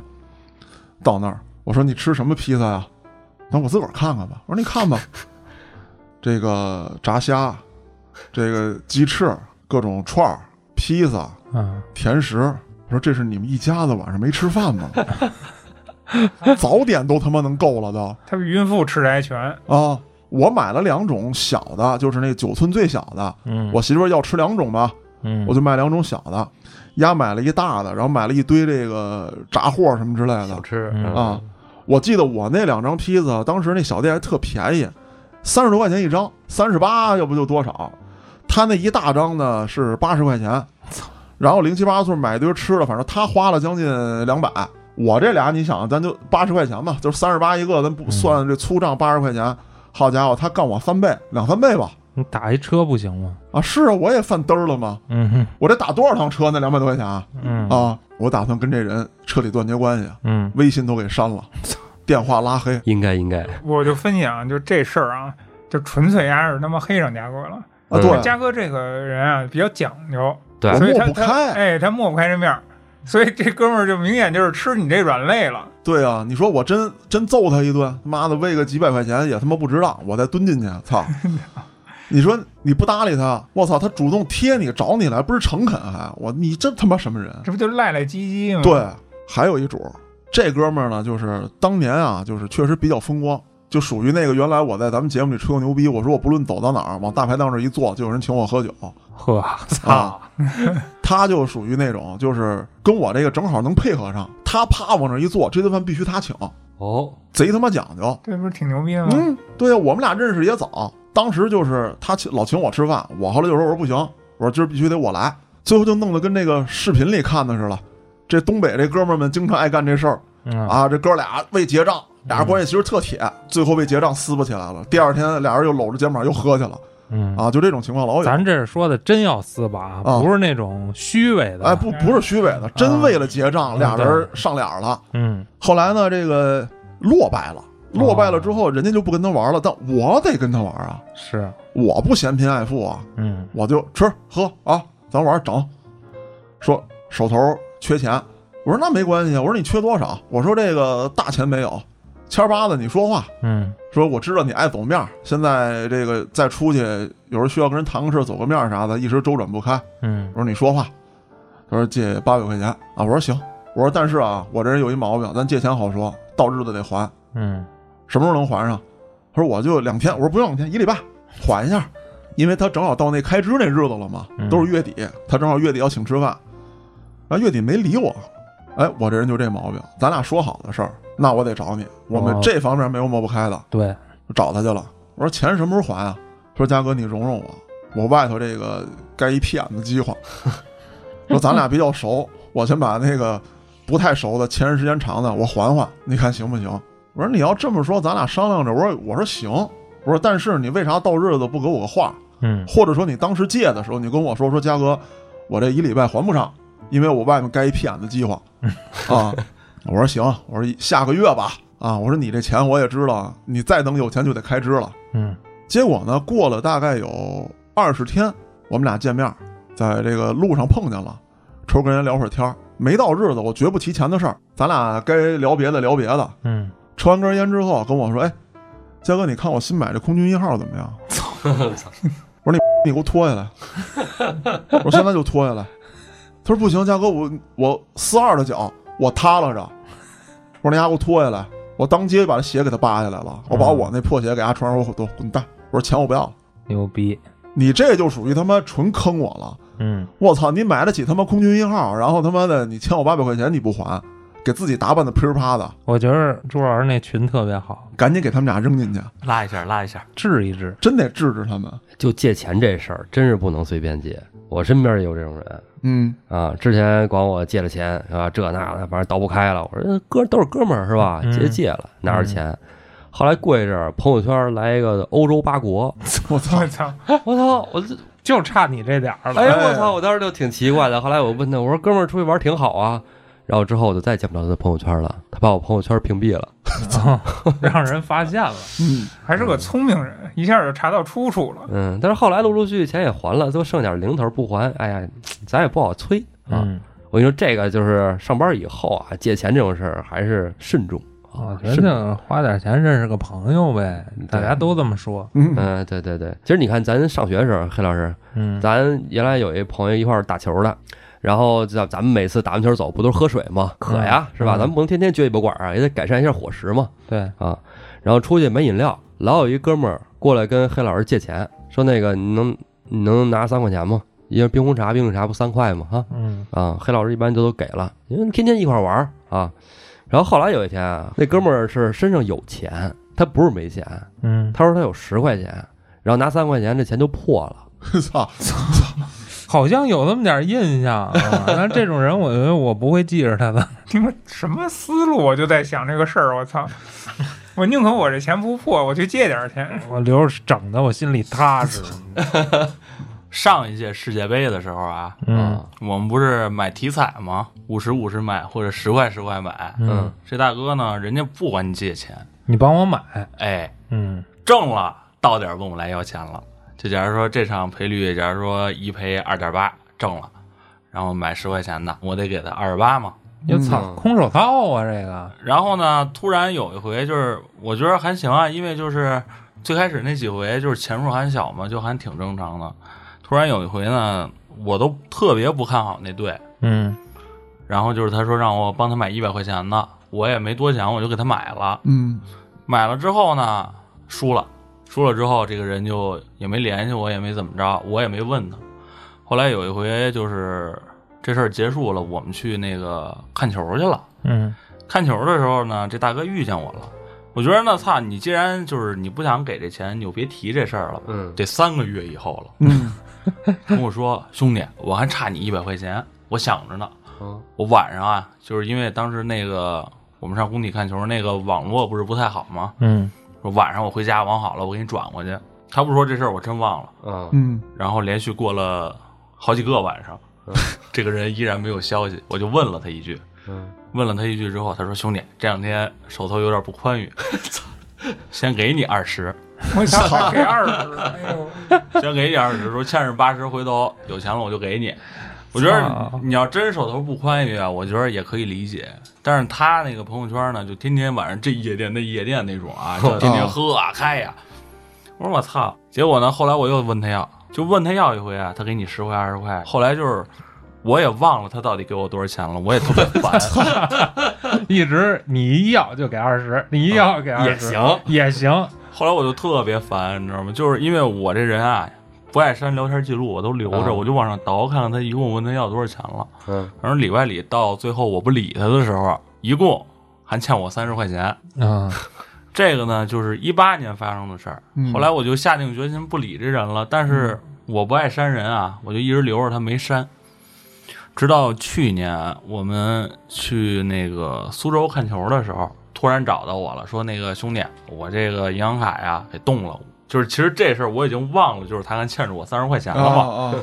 Speaker 3: 到那儿，我说你吃什么披萨呀、那我自个儿看看吧。我说你 看吧，这个炸虾，这个鸡翅，各种串儿，披萨，
Speaker 5: 嗯，
Speaker 3: 甜食。我说这是你们一家子晚上没吃饭吗？ 早点都他妈能够了都。
Speaker 6: 他比孕妇吃的还全，
Speaker 3: 啊，我买了两种小的，就是那九寸最小的。
Speaker 5: 嗯，
Speaker 3: 我媳妇儿要吃两种吧，
Speaker 5: 嗯，
Speaker 3: 我就买两种小的。丫买了一大的，然后买了一堆这个炸货什么之类的
Speaker 7: 小吃
Speaker 5: 嗯
Speaker 3: 啊。我记得我那两张披萨，当时那小店还特便宜，三十多块钱一张，三十八要不就多少。他那一大张呢是八十块钱，然后零七八碎买一堆吃的，反正他花了将近两百。我这俩你想，咱就八十块钱吧，就是三十八一个，咱不算这粗账八十块钱。好家伙，他干我三倍，两三倍吧？
Speaker 5: 你打一车不行吗？
Speaker 3: 啊，是啊，我也犯嘚儿了吗？
Speaker 5: 嗯哼，
Speaker 3: 我这打多少趟车呢？两百多块钱啊！
Speaker 5: 嗯
Speaker 3: 啊，我打算跟这人彻底断绝关系，
Speaker 5: 嗯
Speaker 3: 微信都给删了，电话拉黑。
Speaker 4: 应该应该，
Speaker 6: 我就分析啊，就这事儿啊，就纯粹丫是他妈黑上家哥了。
Speaker 3: 啊，
Speaker 4: 嗯
Speaker 3: 对，
Speaker 6: 嘉哥这个人啊比较讲究，
Speaker 4: 对
Speaker 3: 我
Speaker 6: 所以
Speaker 3: 抹
Speaker 6: 他
Speaker 3: 不
Speaker 6: 他
Speaker 3: 开。
Speaker 6: 哎，他抹不开这面儿，所以这哥们儿就明显就是吃你这软肋了。
Speaker 3: 对啊，你说我真真揍他一顿，他妈的喂个几百块钱也他妈不值当，我再蹲进去，操！ 你说你不搭理他，我操，他主动贴你找你来，不是诚恳还我你这他妈什么人？
Speaker 6: 这不就赖赖唧唧吗？
Speaker 3: 对，还有一主，这哥们儿呢，就是当年啊，就是确实比较风光，就属于那个原来我在咱们节目里吹过牛逼，我说我不论走到哪儿，往大排档这一坐，就有人请我喝酒，
Speaker 5: 呵，
Speaker 3: 啊， 他就属于那种，就是跟我这个正好能配合上，他啪往那一坐，这顿饭必须他请，
Speaker 4: 哦，
Speaker 3: 贼他妈讲究。
Speaker 6: 这不是挺牛逼的吗？
Speaker 3: 嗯，对呀、我们俩认识也早，当时就是他请老请我吃饭，我后来就说我说不行，我说今儿必须得我来，最后就弄得跟那个视频里看的似的。这东北这哥们儿们经常爱干这事儿
Speaker 5: 嗯，
Speaker 3: 啊，这哥俩为结账，俩人关系其实特铁，最后为结账撕巴起来了。第二天俩人又搂着肩膀又喝去了
Speaker 5: 嗯，
Speaker 3: 啊，就这种情况老有。
Speaker 5: 咱这是说的真要撕吧，
Speaker 3: 啊
Speaker 5: 不是那种虚伪的。
Speaker 3: 哎，不不是虚伪的，真为了结账，
Speaker 5: 啊
Speaker 3: 俩人上脸了。
Speaker 5: 嗯，
Speaker 3: 后来呢，这个落败了，落败了之后，人家就不跟他玩了，但我得跟他玩啊，
Speaker 5: 是，
Speaker 3: 我不嫌贫爱富啊，
Speaker 5: 嗯
Speaker 3: 我就吃喝啊，咱玩儿整。说手头缺钱，我说那没关系啊，我说你缺多少？我说这个大钱没有，千儿八的你说话，
Speaker 5: 嗯
Speaker 3: 说我知道你爱走面儿，现在这个再出去，有时候需要跟人谈个事儿，走个面儿啥的，一时周转不开。
Speaker 5: 嗯
Speaker 3: 我说你说话，他说借八百块钱啊，我说行，我说但是啊，我这人有一毛病，咱借钱好说，到日子得还，
Speaker 5: 嗯
Speaker 3: 什么时候能还上？他说我就两天，我说不用两天，一礼拜缓一下，因为他正好到那开支那日子了嘛，
Speaker 5: 嗯
Speaker 3: 都是月底，他正好月底要请吃饭，然后月底没理我，哎，我这人就这毛病，咱俩说好的事儿，那我得找你，我们
Speaker 5: 哦
Speaker 3: 这方面没有抹不开的，
Speaker 5: 对，
Speaker 3: 我找他去了。我说钱什么时候还啊？他说佳哥，你容容我，我外头这个该一屁眼子饥荒。 说咱俩比较熟，我先把那个不太熟的前时间长的我还还，你看行不行？我说你要这么说，咱俩商量着。我说我说行，我说但是你为啥到日子不给我个话？
Speaker 5: 嗯
Speaker 3: 或者说你当时借的时候，你跟我说说佳哥，我这一礼拜还不上，因为我外面该一屁眼子饥荒啊。我说行，我说下个月吧啊。我说你这钱我也知道，你再等有钱就得开支了。
Speaker 5: 嗯
Speaker 3: 结果呢，过了大概有二十天，我们俩见面，在这个路上碰见了，抽根烟聊会儿天儿。没到日子，我绝不提钱的事儿，咱俩该聊别的聊别的。
Speaker 5: 嗯，
Speaker 3: 抽完根烟之后跟我说：“哎，嘉哥，你看我新买这空军一号怎么样？”我说：“你你给我脱下来。”我说：“现在就脱下来。”他说：“不行，嘉哥，我我四二的脚，我塌拉着。”我说：“你丫给我脱下来！”我当街把他鞋给他扒下来了，我把我那破鞋给他穿上，我说滚滚蛋！我说钱我不要了，
Speaker 5: 牛逼，
Speaker 3: 你这就属于他妈纯坑我了！
Speaker 5: 嗯
Speaker 3: 我操，你买得起他妈空军一号，然后他妈的你欠我八百块钱你不还，给自己打扮的噼里啪的，
Speaker 5: 我觉得朱老师那群特别好，
Speaker 3: 赶紧给他们俩扔进去。
Speaker 7: 拉一下，拉一下，
Speaker 5: 治一治。
Speaker 3: 真得制止他们。
Speaker 4: 就借钱这事儿，真是不能随便借。我身边也有这种人
Speaker 3: 嗯，
Speaker 4: 啊，之前管我借了钱是吧，这那的，反正倒不开了。我说呃哥都是哥们儿是吧？
Speaker 5: 嗯
Speaker 4: 借借了，拿着钱。后来过一阵儿，朋友圈来一个欧洲八国，
Speaker 3: 我操
Speaker 6: 我，操，
Speaker 4: 我操！我这
Speaker 5: 就差你这点儿了。
Speaker 4: 哎哎，我操！我当时就挺奇怪的。后来我问他，我说：“哥们儿，出去玩挺好啊，然后之后我就再也见不着他的朋友圈了，他把我朋友圈屏蔽了。
Speaker 5: 让人发现了，
Speaker 3: 嗯，
Speaker 6: 还是个聪明人，一下就查到出处了。
Speaker 4: 嗯，但是后来陆陆续续钱也还了，最后剩点零头不还，哎呀，咱也不好催啊。
Speaker 5: 嗯，
Speaker 4: 我跟你说，这个就是上班以后啊，借钱这种事儿还是慎重
Speaker 5: 我
Speaker 4: 啊，
Speaker 5: 觉
Speaker 4: 慎重。
Speaker 5: 得花点钱认识个朋友呗，大家都这么说，
Speaker 3: 嗯，
Speaker 4: 嗯，对对对，其实你看，咱上学的时候，黑老师，
Speaker 5: 嗯，
Speaker 4: 咱原来有一朋友一块儿打球的，然后咱咱们每次打完球走，不都是喝水吗？渴呀，是吧？咱
Speaker 5: 嗯
Speaker 4: 们不能天天撅尾巴管儿啊，也得改善一下伙食嘛
Speaker 5: 对，
Speaker 4: 啊。然后出去买饮料，老有一哥们儿过来跟黑老师借钱，说那个你能你能拿三块钱吗？因为冰红茶、冰红茶不三块吗？哈、
Speaker 5: 嗯
Speaker 4: 啊，黑老师一般就都给了，因为天天一块玩儿啊。然后后来有一天啊，那哥们儿是身上有钱，他不是没钱，
Speaker 5: 嗯，
Speaker 4: 他说他有十块钱，然后拿三块钱，这钱就破了。
Speaker 3: 操，
Speaker 5: 好像有那么点印象，啊 但这种人我觉得我不会记着他的，
Speaker 6: 你们什么思路？我就在想这个事儿，我操！我宁可我这钱不破，我去借点钱。
Speaker 5: 我留着整的我心里踏实，
Speaker 7: 上一届世界杯的时候啊，
Speaker 5: 嗯
Speaker 4: 啊，
Speaker 7: 我们不是买体彩吗？五十五十买，或者十块十块买。
Speaker 5: 嗯，
Speaker 7: 这大哥呢，人家不管你借钱，
Speaker 5: 你帮我买，
Speaker 7: 哎，
Speaker 5: 嗯
Speaker 7: 挣了到点儿问我来要钱了。就假如说这场赔率，假如说一赔二点八，挣了，然后买十块钱的，我得给他二十八嘛。
Speaker 5: 我操，空手套啊，这个，
Speaker 7: 然后呢，突然有一回就是，我觉得还行啊，因为就是最开始那几回就是钱数还小嘛，就还挺正常的。突然有一回呢，我都特别不看好那队，
Speaker 5: 嗯
Speaker 7: 然后就是他说让我帮他买一百块钱的，我也没多想，我就给他买了。
Speaker 3: 嗯，
Speaker 7: 买了之后呢，输了，输了之后这个人就也没联系我，也没怎么着，我也没问他。后来有一回就是这事儿结束了，我们去那个看球去了。
Speaker 5: 嗯
Speaker 7: 看球的时候呢，这大哥遇见我了。我觉得那操，你既然就是你不想给这钱，你就别提这事儿了吧。
Speaker 4: 嗯
Speaker 7: 得三个月以后了。
Speaker 3: 嗯，
Speaker 7: 跟我说，兄弟，我还差你一百块钱，我想着呢。
Speaker 4: 嗯
Speaker 7: 我晚上啊，就是因为当时那个我们上工体看球，那个网络不是不太好吗？
Speaker 5: 嗯
Speaker 7: 说晚上我回家网好了，我给你转过去。他不说这事儿，我真忘了。
Speaker 4: 啊，
Speaker 3: 嗯，
Speaker 7: 然后连续过了好几个晚上， 这个人依然没有消息，我就问了他一句，
Speaker 4: 嗯
Speaker 7: 问了他一句之后，他说：“兄弟，这两天手头有点不宽裕，先给你二十，
Speaker 6: 我操，还给二十，哎呦，
Speaker 7: 先给你二十，说欠着八十，回头有钱了我就给你。”我觉得
Speaker 5: 操
Speaker 7: 你要真手头不宽裕啊，我觉得也可以理解。但是他那个朋友圈呢，就天天晚上这夜店那夜店那种啊，就天天喝啊开呀、我说我操！结果呢，后来我又问他要，就问他要一回啊，他给你十块二十块。后来就是我也忘了他到底给我多少钱了，我也特别烦。
Speaker 5: 一直你一要就给二十，你一要给二
Speaker 7: 也
Speaker 5: 十、
Speaker 7: 行。
Speaker 5: 也行，
Speaker 7: 后来我就特别烦，你知道吗？就是因为我这人啊，不爱删聊天记录，我都留着，
Speaker 4: 啊
Speaker 7: 我就往上倒，看看他一共问他要多少钱了。
Speaker 4: 嗯，
Speaker 7: 反正里外里到最后我不理他的时候，一共还欠我三十块钱。
Speaker 5: 啊，
Speaker 7: 这个呢，就是一八年发生的事儿。
Speaker 3: 嗯
Speaker 7: 后来我就下定决心不理这人了，但是
Speaker 5: 嗯
Speaker 7: 我不爱删人啊，我就一直留着他没删。直到去年我们去那个苏州看球的时候，突然找到我了，说那个兄弟，我这个银行卡呀给冻了。就是其实这事儿我已经忘了，就是他还欠着我三十块钱
Speaker 3: 啊
Speaker 7: 了嘛。
Speaker 3: 啊，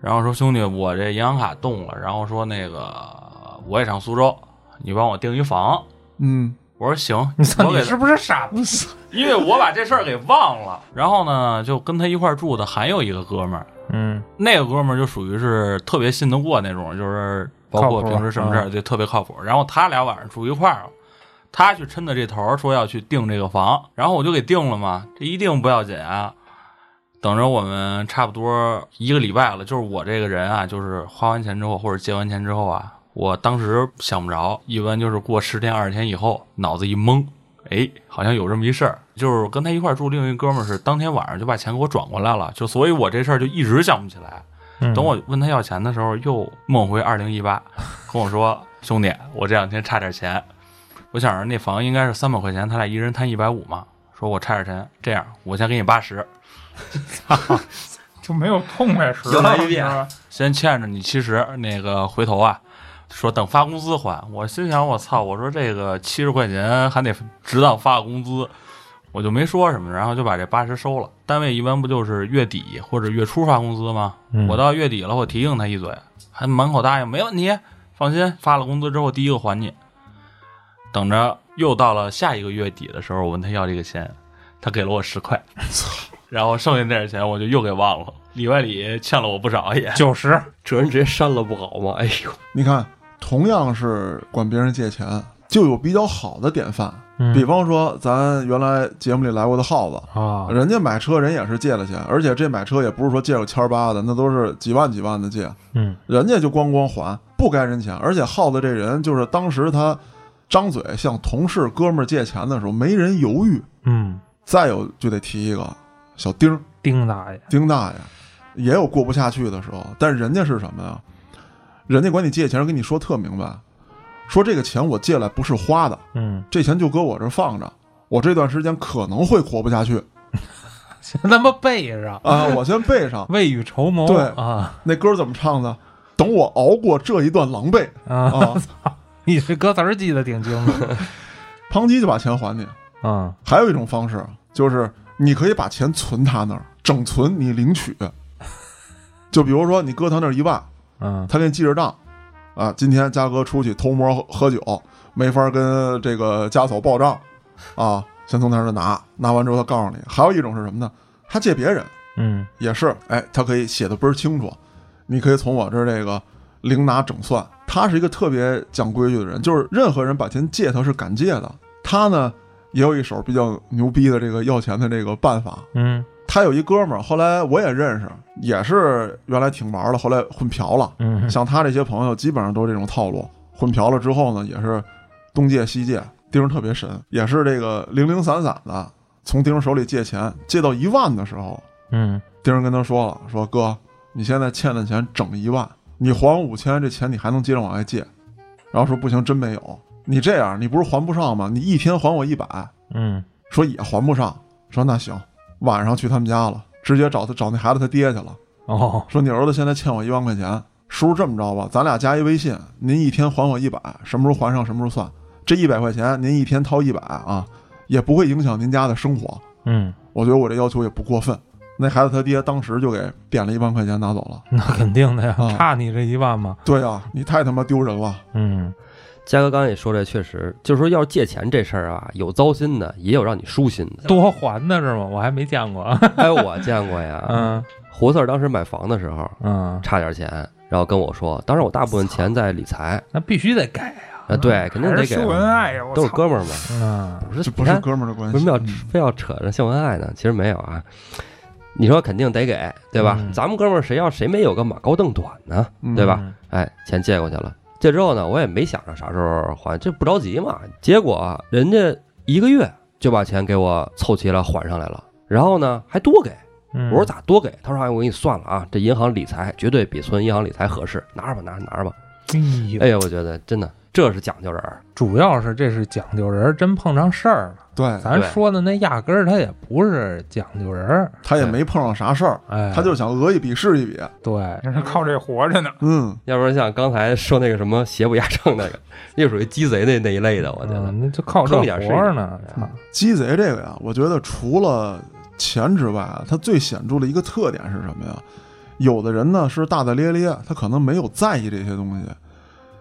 Speaker 7: 然后说兄弟，我这银行卡冻了，然后说那个我也上苏州，你帮我订一房。
Speaker 3: 嗯，
Speaker 7: 我说行，
Speaker 5: 你操，
Speaker 7: 我给
Speaker 5: 你
Speaker 7: 他
Speaker 5: 是不是傻逼？
Speaker 7: 因为我把这事儿给忘了。然后呢，就跟他一块儿住的还有一个哥们儿，
Speaker 5: 嗯
Speaker 7: 那个哥们儿就属于是特别信得过那种，就是包括
Speaker 5: 靠谱嗯
Speaker 7: 平时什么事儿就特别靠谱。然后他俩晚上住一块儿了。他去抻的这头儿说要去订这个房，然后我就给订了嘛。这一订不要紧啊，等着我们差不多一个礼拜了。就是我这个人啊，就是花完钱之后或者借完钱之后啊，我当时想不着，一般就是过十天二十天以后，脑子一懵，哎，好像有这么一事儿。就是跟他一块儿住另一哥们儿是当天晚上就把钱给我转过来了，就所以我这事儿就一直想不起来。
Speaker 5: 嗯，
Speaker 7: 等我问他要钱的时候，又梦回二零一八，跟我说：“兄弟，我这两天差点钱，我想着那房应该是三百块钱，他俩一人摊一百五嘛。说我差点钱，这样我先给你八十，
Speaker 6: 就没有痛快时
Speaker 7: 又来
Speaker 6: 了，
Speaker 7: 一
Speaker 6: 你知
Speaker 7: 遍
Speaker 6: 道吧？
Speaker 7: 先欠着你七十，那个回头啊，说等发工资还。”我心想：“我操！我说这个七十块钱还得直到发工资。”我就没说什么，然后就把这八十收了。单位一般不就是月底或者月初发工资吗？
Speaker 5: 嗯
Speaker 7: 我到月底了，我提醒他一嘴，还满口答应，没问题，放心，发了工资之后第一个还你。等着又到了下一个月底的时候，我问他要这个钱，他给了我十块，然后剩下那点钱我就又给忘了，里外里欠了我不少也。
Speaker 5: 九十，
Speaker 4: 这人直接删了不好吗？哎呦，
Speaker 3: 你看，同样是管别人借钱，就有比较好的典范。
Speaker 5: 嗯
Speaker 3: 比方说，咱原来节目里来过的耗子，
Speaker 5: 啊，
Speaker 3: 人家买车人也是借了钱，而且这买车也不是说借个千儿八的，那都是几万几万的借，
Speaker 5: 嗯，
Speaker 3: 人家就光光还，不该人钱。而且耗子这人就是当时他张嘴向同事哥们儿借钱的时候，没人犹豫。
Speaker 5: 嗯，
Speaker 3: 再有就得提一个小丁儿
Speaker 5: 丁大爷，
Speaker 3: 丁大爷，也有过不下去的时候，但人家是什么呀？人家管你借钱，跟你说特明白，说这个钱我借来不是花的，
Speaker 5: 嗯，
Speaker 3: 这钱就搁我这儿放着，我这段时间可能会活不下去
Speaker 5: 先他妈背上，
Speaker 3: 啊、我先备上。
Speaker 5: 未雨绸缪，
Speaker 3: 对
Speaker 5: 啊
Speaker 3: 那歌怎么唱的？等我熬过这一段狼狈
Speaker 5: 啊，
Speaker 3: 啊，
Speaker 5: 你这歌词儿记得挺清楚
Speaker 3: 抨击就把钱还你。
Speaker 5: 啊，
Speaker 3: 还有一种方式就是你可以把钱存他那儿，整存你领取。就比如说你搁他那儿一万，
Speaker 5: 嗯
Speaker 3: 他给你记着账，啊，今天嘉哥出去偷摸喝喝酒，没法跟这个家嫂报账，啊，先从他那儿拿，拿完之后他告诉你。还有一种是什么呢？他借别人
Speaker 5: 嗯
Speaker 3: 也是，哎，他可以写的倍儿清楚，你可以从我这儿这个零拿整算。他是一个特别讲规矩的人，就是任何人把钱借他是敢借的。他呢也有一手比较牛逼的这个要钱的这个办法，
Speaker 5: 嗯
Speaker 3: 他有一哥们儿，后来我也认识，也是原来挺玩儿的，后来混嫖了。
Speaker 5: 嗯，
Speaker 3: 像他这些朋友，基本上都是这种套路。混嫖了之后呢，也是东借西借，盯着特别神，也是这个零零散散的从盯着手里借钱，借到一万的时候，
Speaker 5: 嗯
Speaker 3: 盯着跟他说了，说哥，你现在欠的钱整一万，你还我五千，这钱你还能接着往外借？然后说不行，真没有。你这样，你不是还不上吗？你一天还我一百，
Speaker 5: 嗯
Speaker 3: 说也还不上，说那行，晚上去他们家了，直接找他找那孩子他爹去了。
Speaker 5: 哦，
Speaker 3: 说你儿子现在欠我一万块钱，叔叔这么着吧，咱俩加一微信，您一天还我一百，什么时候还上什么时候算。这一百块钱您一天掏一百啊，也不会影响您家的生活。
Speaker 5: 嗯，
Speaker 3: 我觉得我这要求也不过分。那孩子他爹当时就给点了一万块钱拿走了。
Speaker 5: 那肯定的呀
Speaker 3: 啊，
Speaker 5: 差你这一万嘛，
Speaker 3: 对呀、你太他妈丢人了。
Speaker 5: 嗯
Speaker 4: 嘉哥刚才也说这确实，就是说要借钱这事儿啊，有糟心的，也有让你舒心的。
Speaker 5: 多还的是吗？我还没见过，
Speaker 4: 哎，我见过呀，
Speaker 5: 嗯
Speaker 4: 胡四儿当时买房的时候
Speaker 5: 嗯，
Speaker 4: 差点钱，然后跟我说，当时我大部分钱在理财，
Speaker 5: 那必须得改呀，
Speaker 4: 啊，对，肯定
Speaker 6: 还
Speaker 4: 得
Speaker 6: 是
Speaker 4: 给
Speaker 6: 秀，恩爱呀，我
Speaker 4: 都是
Speaker 6: 操
Speaker 4: 哥们儿嘛，
Speaker 5: 嗯
Speaker 4: 不是
Speaker 3: 这不是哥们儿的关系。
Speaker 4: 为什么要
Speaker 3: 嗯
Speaker 4: 非要扯上秀恩爱呢？其实没有啊，你说肯定得给，对吧？
Speaker 5: 嗯
Speaker 4: 咱们哥们儿谁要谁没有个马高凳短呢？
Speaker 3: 嗯
Speaker 4: 对吧？哎，钱借过去了，借之后呢，我也没想着啥时候还，这不着急嘛。结果啊人家一个月就把钱给我凑齐了，还上来了。然后呢，还多给，
Speaker 5: 嗯，
Speaker 4: 我说咋多给？他说：“哎，我给你算了啊，这银行理财绝对比存银行理财合适，拿着吧，拿着拿着吧。
Speaker 5: 哎”呦，
Speaker 4: 哎呀，我觉得真的这是讲究人儿，
Speaker 5: 主要是这是讲究人，真碰上事儿了。
Speaker 3: 对，
Speaker 5: 咱
Speaker 4: 对
Speaker 5: 说的那压根儿他也不是讲究人儿，
Speaker 3: 他也没碰上啥事儿，
Speaker 5: 哎，
Speaker 3: 他就想讹一笔是一笔。
Speaker 5: 对，
Speaker 6: 人是靠这活着呢。
Speaker 3: 嗯，
Speaker 4: 要不然像刚才说那个什么邪不压正 那个，那属于鸡贼那那一类的，我觉得。
Speaker 5: 嗯，那就靠这
Speaker 4: 坑眼儿是
Speaker 5: 活儿呢。操
Speaker 3: 鸡贼这个呀，我觉得除了钱之外，它最显著的一个特点是什么呀？有的人呢是大大咧咧，他可能没有在意这些东西；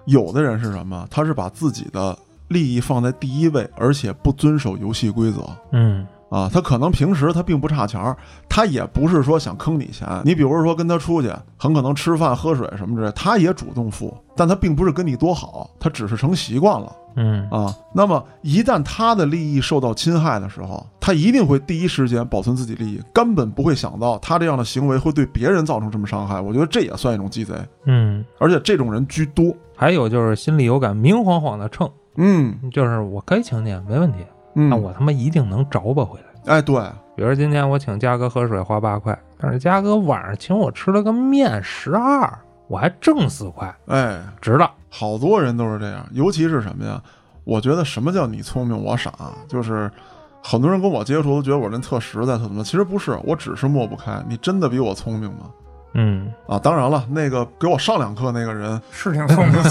Speaker 3: 有的人是什么？他是把自己的利益放在第一位，而且不遵守游戏规则。
Speaker 5: 嗯
Speaker 3: 啊，他可能平时他并不差钱儿，他也不是说想坑你钱。你比如说跟他出去，很可能吃饭喝水什么之类，他也主动付，但他并不是跟你多好，他只是成习惯了。
Speaker 5: 嗯
Speaker 3: 啊。那么一旦他的利益受到侵害的时候，他一定会第一时间保存自己利益，根本不会想到他这样的行为会对别人造成什么伤害。我觉得这也算一种鸡贼，
Speaker 5: 嗯，
Speaker 3: 而且这种人居多。
Speaker 5: 还有就是心里有杆明晃晃的秤，
Speaker 3: 嗯
Speaker 5: 就是我可以请你，没问题，
Speaker 3: 嗯，
Speaker 5: 那我他妈一定能着吧回来。
Speaker 3: 哎对，
Speaker 5: 比如今天我请嘉哥喝水花八块，但是嘉哥晚上请我吃了个面十二，我还挣四块，
Speaker 3: 哎，
Speaker 5: 值了。
Speaker 3: 好多人都是这样，尤其是什么呀？我觉得什么叫你聪明我傻，就是。很多人跟我接触都觉得我人特实在，特怎么着？其实不是，我只是抹不开。你真的比我聪明吗？
Speaker 5: 嗯，
Speaker 3: 啊，当然了，那个给我上两课那个人，
Speaker 6: 是挺聪明的，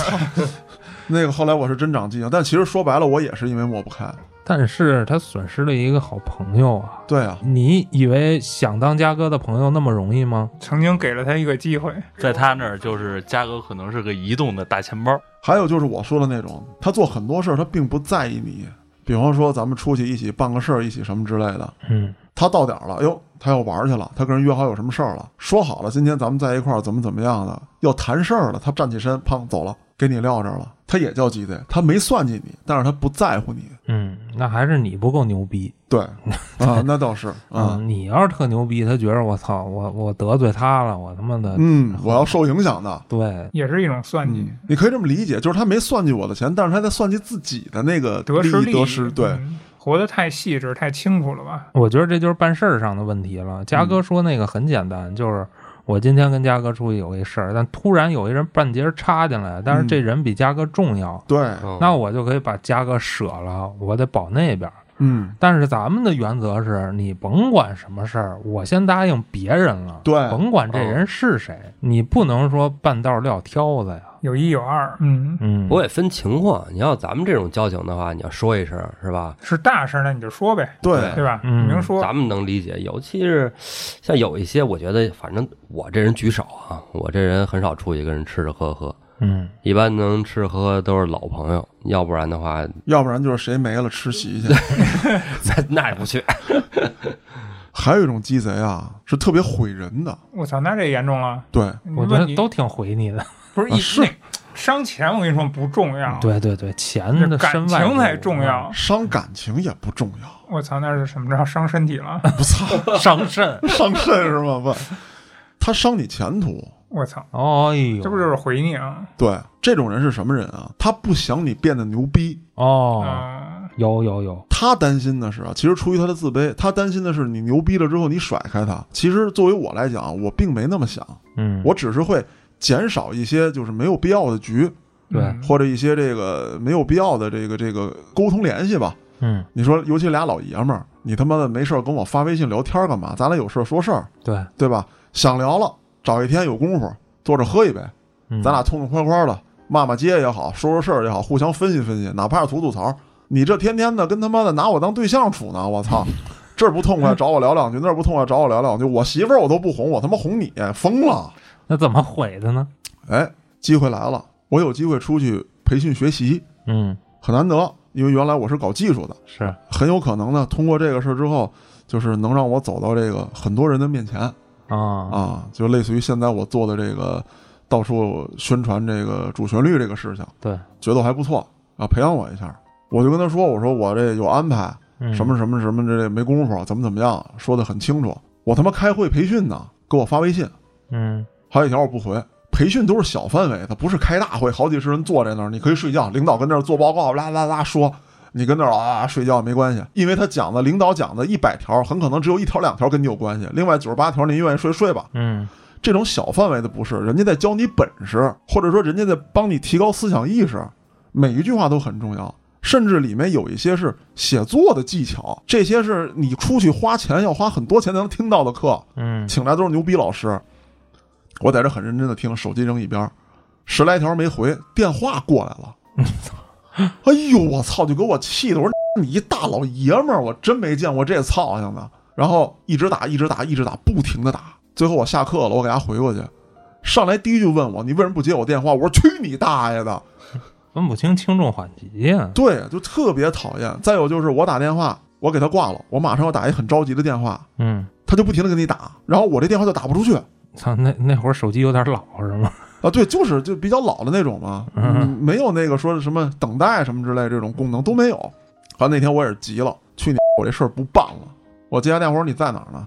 Speaker 3: 那个后来我是真长记性，但其实说白了，我也是因为抹不开。
Speaker 5: 但是他损失了一个好朋友啊！
Speaker 3: 对啊，
Speaker 5: 你以为想当家哥的朋友那么容易吗？
Speaker 6: 曾经给了他一个机会，
Speaker 7: 在他那儿就是嘉哥可能是个移动的大钱包，
Speaker 3: 还有就是我说的那种，他做很多事儿他并不在意你，比方说咱们出去一起办个事儿，一起什么之类的，
Speaker 5: 嗯，
Speaker 3: 他到点儿了，哎呦，他要玩儿去了，他跟人约好有什么事儿了，说好了今天咱们在一块儿怎么怎么样的，要谈事儿了，他站起身，砰走了，给你撂这儿了，他也叫鸡贼，他没算计你，但是他不在乎你，
Speaker 5: 嗯，那还是你不够牛逼
Speaker 3: 对，啊，那倒是啊，
Speaker 5: 嗯！你要是特牛逼，他觉得我操，我我得罪他了，我他妈的，
Speaker 3: 嗯，我要受影响的。
Speaker 5: 对，
Speaker 6: 也是一种算计，
Speaker 3: 嗯，你可以这么理解，就是他没算计我的钱，但是他在算计自己的那个
Speaker 6: 得失
Speaker 3: 利益
Speaker 6: 利益
Speaker 3: 得失。对，
Speaker 6: 嗯活得太细致、太清楚了吧？
Speaker 5: 我觉得这就是办事儿上的问题了。嘉哥说那个很简单，就是我今天跟嘉哥出去有一事儿，但突然有一人半截儿插进来，
Speaker 3: 嗯
Speaker 5: 但是这人比嘉哥重要，
Speaker 3: 对，
Speaker 4: 嗯
Speaker 5: 那我就可以把嘉哥舍了，我得保那边儿。
Speaker 3: 嗯，
Speaker 5: 但是咱们的原则是你甭管什么事儿，我先答应别人了，
Speaker 3: 对
Speaker 5: 甭管这人是谁，你不能说半道撂挑子呀。
Speaker 6: 有一有二，嗯，
Speaker 5: 嗯，
Speaker 4: 我也分情况，你要咱们这种交情的话，你要说一声是吧？
Speaker 6: 是大事儿那你就说呗，
Speaker 3: 对，
Speaker 6: 对吧？
Speaker 5: 嗯
Speaker 6: 明说，
Speaker 4: 咱们能理解，尤其是像有一些，我觉得反正我这人举手啊，我这人很少出去跟人吃吃喝喝，
Speaker 5: 嗯，
Speaker 4: 一般能吃喝都是老朋友，要不然的 话，
Speaker 3: 要不然就是谁没了吃席去。
Speaker 4: 那那也不去。
Speaker 3: 还有一种鸡贼啊，是特别毁人的。
Speaker 6: 我操，那这严重了。
Speaker 3: 对，
Speaker 5: 我觉
Speaker 6: 问
Speaker 5: 得
Speaker 6: 你
Speaker 5: 都挺回你的。
Speaker 6: 不是一、
Speaker 3: 啊是
Speaker 6: 那伤钱，我跟你说不重要，
Speaker 5: 对对对，钱
Speaker 6: 这
Speaker 5: 的身
Speaker 6: 感
Speaker 5: 外
Speaker 6: 情才
Speaker 5: 物啊
Speaker 6: 重。要。
Speaker 3: 伤感情也不重要。
Speaker 6: 我操，那是什么着？伤身体了？
Speaker 3: 不操，
Speaker 5: 伤肾。
Speaker 3: 伤肾是吗？不，他伤你前途。
Speaker 6: 我操，
Speaker 5: 哦呦，
Speaker 6: 这不就是回你啊？
Speaker 3: 对，这种人是什么人啊？他不想你变得牛逼，
Speaker 5: 哦，
Speaker 6: 嗯，
Speaker 5: 有有有，
Speaker 3: 他担心的是啊，其实出于他的自卑，他担心的是你牛逼了之后你甩开他。其实作为我来讲，啊我并没那么想，
Speaker 5: 嗯，
Speaker 3: 我只是会减少一些就是没有必要的局，
Speaker 5: 对
Speaker 6: 嗯
Speaker 3: 或者一些这个没有必要的这个这个沟通联系吧。
Speaker 5: 嗯
Speaker 3: 你说，尤其俩老爷们儿，你他妈的没事儿跟我发微信聊天干嘛？咱俩有事儿说事儿，
Speaker 5: 对，
Speaker 3: 对吧？想聊了，找一天有功夫坐着喝一杯，
Speaker 5: 嗯
Speaker 3: 咱俩痛痛快快的骂骂街也好，说说事儿也好，互相分析分析，哪怕是吐吐槽。你这天天的跟他妈的拿我当对象处呢，我操！这儿不痛快找我聊两句，那儿不痛快找我聊两句，我媳妇儿我都不哄，我他妈哄你，疯了！
Speaker 5: 那怎么毁的呢？
Speaker 3: 哎，机会来了，我有机会出去培训学习，
Speaker 5: 嗯，
Speaker 3: 很难得，因为原来我是搞技术的，
Speaker 5: 是，
Speaker 3: 很有可能呢，通过这个事儿之后，就是能让我走到这个很多人的面前
Speaker 5: 啊，
Speaker 3: 啊，就类似于现在我做的这个到处宣传这个主旋律这个事情，
Speaker 5: 对，
Speaker 3: 觉得我还不错啊，培养我一下。我就跟他说，我说我这有安排，
Speaker 5: 嗯
Speaker 3: 什么什么什么之类，没工夫，怎么怎么样，说的很清楚。我他妈开会培训呢，给我发微信，
Speaker 5: 嗯，
Speaker 3: 还有一条我不回。培训都是小范围的，不是开大会，好几十人坐在那儿，你可以睡觉，领导跟那儿做报告，啦啦啦说，你跟那儿啊睡觉没关系，因为他讲的领导讲的一百条，很可能只有一条两条跟你有关系，另外九十八条您愿意睡睡吧。
Speaker 5: 嗯，
Speaker 3: 这种小范围的不是，人家在教你本事，或者说人家在帮你提高思想意识，每一句话都很重要，甚至里面有一些是写作的技巧，这些是你出去花钱要花很多钱才能听到的课，
Speaker 5: 嗯，
Speaker 3: 请来都是牛逼老师。我在这很认真的听，手机扔一边儿，十来条没回，电话过来了。哎呦，我操！就给我气的，我说你一大老爷们儿，我真没见过这操性的。然后一直打，一直打，一直打，不停的打。最后我下课了，我给他回过去，上来第一句问我你为什么不接我电话？我说去你大爷的！
Speaker 5: 分不清轻重缓急呀。
Speaker 3: 对，就特别讨厌。再有就是我打电话，我给他挂了，我马上要打一很着急的电话，
Speaker 5: 嗯，
Speaker 3: 他就不停的给你打，然后我这电话就打不出去。
Speaker 5: 操，那那会儿手机有点老是吗？
Speaker 3: 啊，对，就是就比较老的那种嘛，
Speaker 5: 嗯
Speaker 3: 嗯没有那个说什么等待什么之类这种功能都没有。好，那天我也是急了，去你我这事儿不办了。我接他电话，我说你在哪儿呢？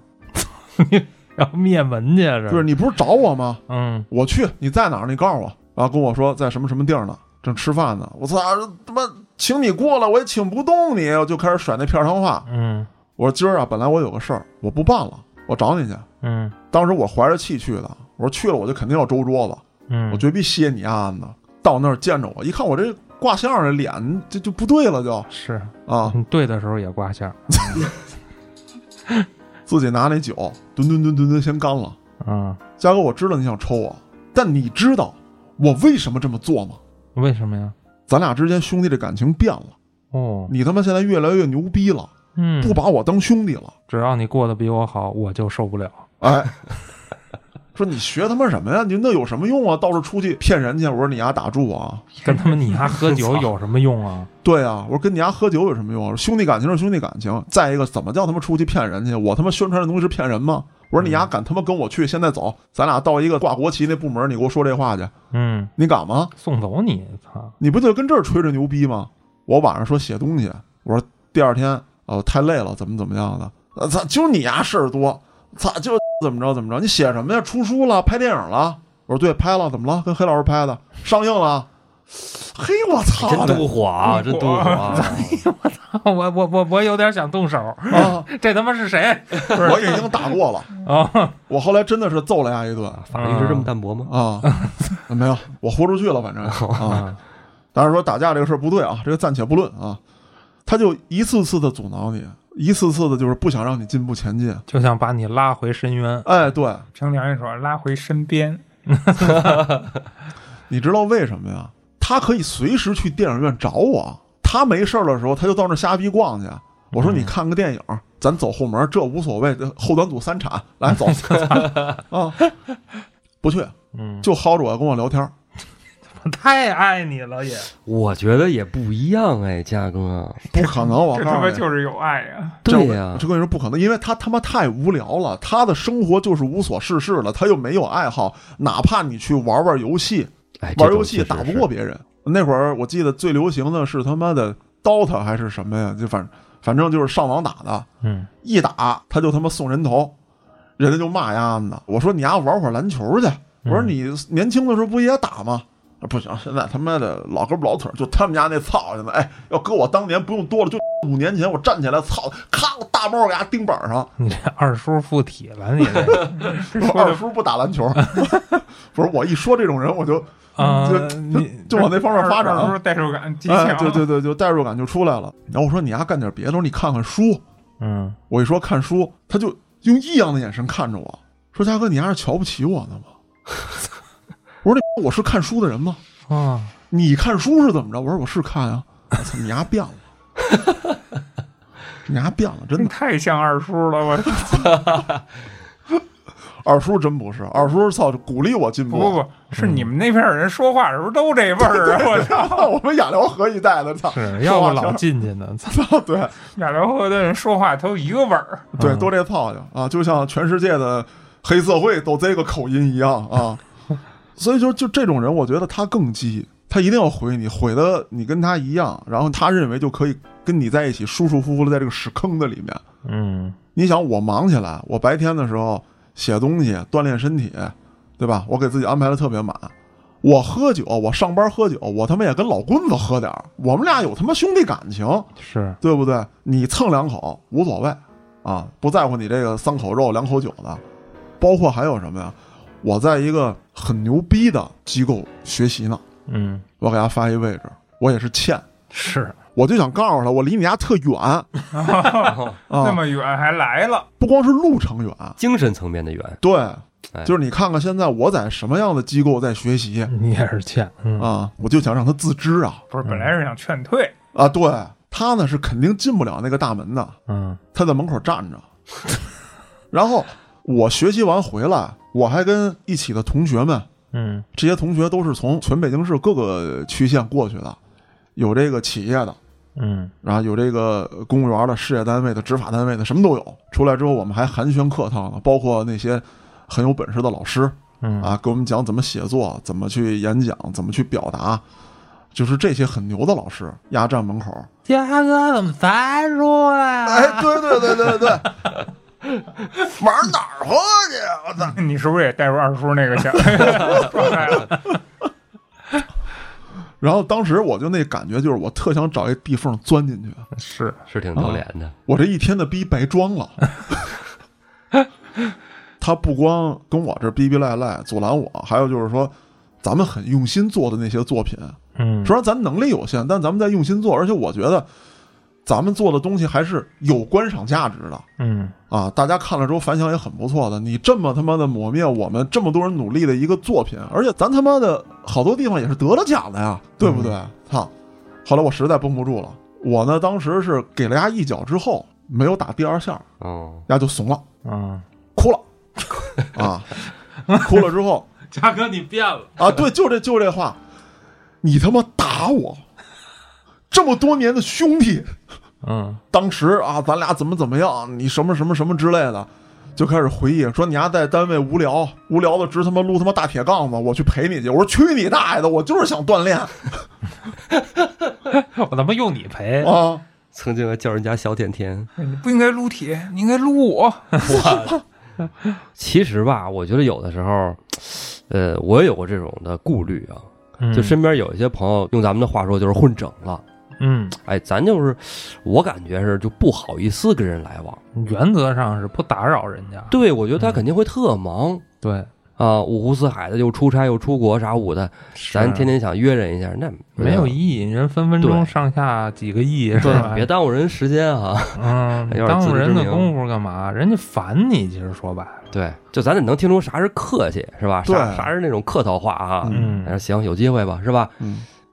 Speaker 5: 然后灭门去是？
Speaker 3: 就是你不是找我吗？
Speaker 5: 嗯，
Speaker 3: 我去，你在哪儿？你告诉我。然后跟我说在什么什么地儿呢，正吃饭呢。我操，他妈，请你过来，我也请不动你，我就开始甩那片儿汤话。
Speaker 5: 嗯
Speaker 3: 我说今儿啊，本来我有个事儿，我不办了，我找你去。
Speaker 5: 嗯
Speaker 3: 当时我怀着气去的，我说去了我就肯定要周桌子。
Speaker 5: 嗯，
Speaker 3: 我绝逼歇你丫的！到那儿见着我，一看我这卦相的脸，这就不对了就，
Speaker 5: 是
Speaker 3: 啊，
Speaker 5: 你对的时候也挂线儿。
Speaker 3: 自己拿那酒，吨吨吨吨吨先干了。
Speaker 5: 嗯，
Speaker 3: 嘉哥，我知道你想抽我，但你知道我为什么这么做吗？
Speaker 5: 为什么呀？
Speaker 3: 咱俩之间兄弟这感情变了，
Speaker 5: 哦，
Speaker 3: 你他妈现在越来越牛逼了，
Speaker 5: 嗯，
Speaker 3: 不把我当兄 弟了。
Speaker 5: 只要你过得比我好，我就受不了。
Speaker 3: 哎，说你学他妈什么呀？你那有什么用啊？到处出去骗人去。我说你丫打住啊！
Speaker 5: 跟他们你还 喝酒有什么用啊？
Speaker 3: 对啊，我说跟你丫喝酒有什么用啊？兄弟感情是兄弟感情。再一个，怎么叫他妈出去骗人去？我他妈宣传的东西是骗人吗？我说你丫敢他妈跟我去？现在走，咱俩到一个挂国旗那部门，你给我说这话去，
Speaker 5: 嗯，
Speaker 3: 你敢吗？
Speaker 5: 送走你，操！
Speaker 3: 你不就跟这儿吹着牛逼吗？我晚上说写东西，我说第二天哦太累了，怎么怎么样的？呃操，就你丫事儿多，操就怎么着怎么着？你写什么呀？出书了，拍电影了？我说对，拍了，怎么了？跟黑老师拍的，上映了。嘿，我操
Speaker 4: 真
Speaker 3: 的
Speaker 4: 妒火啊，真妒火啊！
Speaker 5: 我我我我有点想动手，
Speaker 3: 啊！
Speaker 5: 这他妈是谁
Speaker 3: 我已经打过了，
Speaker 5: 啊？
Speaker 3: 我后来真的是揍了丫一顿
Speaker 4: 法律是这么淡薄吗？
Speaker 3: 啊！没有，我豁出去了，反正啊。当然说打架这个事儿不对啊，这个暂且不论啊。他就一次次的阻挠你，一次次的就是不想让你进步前进。
Speaker 5: 就想把你拉回深渊。
Speaker 3: 哎，对，
Speaker 6: 凭良心说，拉回身边，
Speaker 3: 你知道为什么呀？他可以随时去电影院找我，他没事儿的时候，他就到那儿瞎逼逛去。我说你看个电影，咱走后门，这无所谓，这后端组三产，来走啊！不去，
Speaker 5: 嗯，
Speaker 3: 就薅着我跟我聊天儿。
Speaker 5: 太爱你了也。
Speaker 4: 我觉得也不一样哎，嘉哥，
Speaker 3: 不可能，我
Speaker 6: 这他
Speaker 3: 告诉
Speaker 6: 妈
Speaker 3: 你，
Speaker 6: 就是有爱呀！
Speaker 4: 对
Speaker 3: 这
Speaker 4: 呀、
Speaker 3: 我就跟你说不可能，因为他他妈太无聊了，他的生活就是无所事事了，他又没有爱好，哪怕你去玩玩游戏，
Speaker 4: 哎，这
Speaker 3: 玩
Speaker 4: 种
Speaker 3: 游戏
Speaker 4: 确实
Speaker 3: 打不
Speaker 4: 是
Speaker 3: 过，别人。那会儿我记得最流行的是他妈的 DOTA 还是什么呀？就反反正就是上网打的，
Speaker 5: 嗯，
Speaker 3: 一打他就他妈送人头，人家就骂丫子。我说你丫玩会儿篮球去，我说你年轻的时候不也打吗？啊不行，现在他妈的老胳膊老腿儿，就他们家那操现在，哎，要搁我当年不用多了，就 五年前我站起来，操，咔，我大帽给他钉板上。
Speaker 5: 你这二叔附体了，你 这
Speaker 3: 我说二叔不打篮球， 不是我一说这种人我就
Speaker 5: 啊
Speaker 3: 就，
Speaker 5: 你
Speaker 3: 就往那方面发展
Speaker 6: 二
Speaker 3: 了
Speaker 6: 二。叔代入感极
Speaker 3: 哎，
Speaker 6: 强，
Speaker 3: 对对对，就代入感就出来了。然后我说你丫干点别的，我说你看看书。
Speaker 5: 嗯
Speaker 3: 我一说看书，他就用异样的眼神看着我说：“嘉哥，你丫是瞧不起我呢吗？” 我说：“那我是看书的人吗？
Speaker 5: 啊，
Speaker 3: 你看书是怎么着？”我说：“我是看啊。”我操，你丫变了，你丫变了，真
Speaker 6: 你
Speaker 3: 的。
Speaker 6: 太像二叔了，我
Speaker 3: 二叔真不是，二叔操鼓励我进
Speaker 6: 不
Speaker 3: 步。
Speaker 6: 不不是你们那边人说话的时候都这味儿啊！我操，
Speaker 3: 操， 我们亚辽河一带的，操，
Speaker 5: 是要不
Speaker 3: 说
Speaker 5: 老
Speaker 3: 话
Speaker 5: 进去呢？操
Speaker 3: 腔对
Speaker 6: 亚辽河的人说话都一个味儿，
Speaker 3: 对，
Speaker 5: 嗯
Speaker 3: 都这操性啊，就像全世界的黑社会都这个口音一样啊。所以就就这种人，我觉得他更鸡，他一定要毁你，毁的你跟他一样，然后他认为就可以跟你在一起舒舒服服的在这个屎坑子里面。
Speaker 5: 嗯
Speaker 3: 你想，我忙起来，我白天的时候写东西、锻炼身体，对吧？我给自己安排的特别满。我喝酒，我上班喝酒，我他妈也跟老棍子喝点儿，我们俩有他妈兄弟感情，
Speaker 5: 是，
Speaker 3: 对不对？你蹭两口无所谓啊，不在乎你这个三口肉两口酒的。包括还有什么呀？我在一个很牛逼的机构学习呢，
Speaker 5: 嗯
Speaker 3: 我给他发一位置，我也是欠，
Speaker 5: 是，
Speaker 3: 我就想告诉他，我离你家特 远
Speaker 6: 那
Speaker 3: 啊，
Speaker 6: 么远还来了，
Speaker 3: 不光是路程远，
Speaker 4: 精神层面的缘。
Speaker 3: 对
Speaker 4: 哎，
Speaker 3: 就是你看看现在我在什么样的机构在学习
Speaker 5: 你也是欠，嗯
Speaker 3: 啊，我就想让他自知啊
Speaker 6: 不是本来是想劝退，
Speaker 3: 啊，对他呢是肯定进不了那个大门的，
Speaker 5: 嗯
Speaker 3: 他在门口站着，然后我学习完回来，我还跟一起的同学们，
Speaker 5: 嗯
Speaker 3: 这些同学都是从全北京市各个区县过去的，有这个企业的，
Speaker 5: 嗯
Speaker 3: 然后有这个公务员的、事业单位的、执法单位的，什么都有。出来之后，我们还寒暄客套呢，包括那些很有本事的老师
Speaker 5: 嗯
Speaker 3: 啊，给我们讲怎么写作、怎么去演讲、怎么去表达，就是这些很牛的老师压站门口，
Speaker 5: 嘉哥怎么才出来啊？
Speaker 3: 哎，对对对 对对，往哪儿喝去？啊我操！
Speaker 6: 你是不是也带入二叔那个想状 态了？
Speaker 3: 然后当时我就那感觉就是，我特想找一地缝钻进去，
Speaker 6: 是
Speaker 4: 是挺丢脸的，
Speaker 3: 我这一天的逼白装 了。他不光跟我这逼逼赖赖阻拦我，还有就是说，咱们很用心做的那些作品，
Speaker 5: 嗯
Speaker 3: 虽然咱能力有限，但咱们在用心做，而且我觉得咱们做的东西还是有观赏价值的。
Speaker 5: 嗯
Speaker 3: 啊，大家看了之后反响也很不错的。你这么他妈的抹灭我们这么多人努力的一个作品，而且咱他妈的好多地方也是得了奖的呀，对不对？操、后来我实在绷不住了，我呢当时是给了丫一脚之后，没有打第二下，
Speaker 4: 哦，
Speaker 3: 丫就怂了，
Speaker 5: 嗯，
Speaker 3: 哭了啊，哭了之后
Speaker 5: 嘉哥你变了，
Speaker 3: 啊，对，就这就这话，你他妈打我，这么多年的兄弟，
Speaker 5: 嗯
Speaker 3: 当时啊，咱俩怎么怎么样，你什么什么什么之类的，就开始回忆说你丫在单位无聊，无聊的直他妈撸他妈大铁杠子，我去陪你去。我说去你大爷的，我就是想锻炼
Speaker 5: 我他妈用你赔，
Speaker 3: 啊！
Speaker 4: 曾经还叫人家小甜甜。
Speaker 6: 你不应该撸铁，你应该撸我。
Speaker 4: 其实吧，我觉得有的时候，呃，我也有过这种的顾虑啊。
Speaker 5: 嗯
Speaker 4: 就身边有一些朋友，用咱们的话说就是混整了。
Speaker 5: 嗯，
Speaker 4: 哎，咱就是，我感觉是就不好意思跟人来往。
Speaker 5: 原则上是不打扰人家，
Speaker 4: 对，我觉得他肯定会特忙
Speaker 5: 对，
Speaker 4: 啊，五湖四海的，又出差又出国啥五的，咱天天想约人一下，那
Speaker 5: 啊没有意义，人分分
Speaker 4: 对
Speaker 5: 钟上下几个亿是吧？
Speaker 4: 对， 别耽误人时间啊。
Speaker 5: 嗯，
Speaker 4: 有点
Speaker 5: 耽
Speaker 4: 自
Speaker 5: 误
Speaker 4: 知
Speaker 5: 人
Speaker 4: 之
Speaker 5: 的
Speaker 4: 明
Speaker 5: 功夫干嘛？人家烦你，其实说白了，
Speaker 4: 对，就咱得能听出啥是客气，是吧？啥
Speaker 3: 对
Speaker 4: 啥是那种客套话啊？
Speaker 5: 嗯
Speaker 4: 哎行，有机会吧，是吧？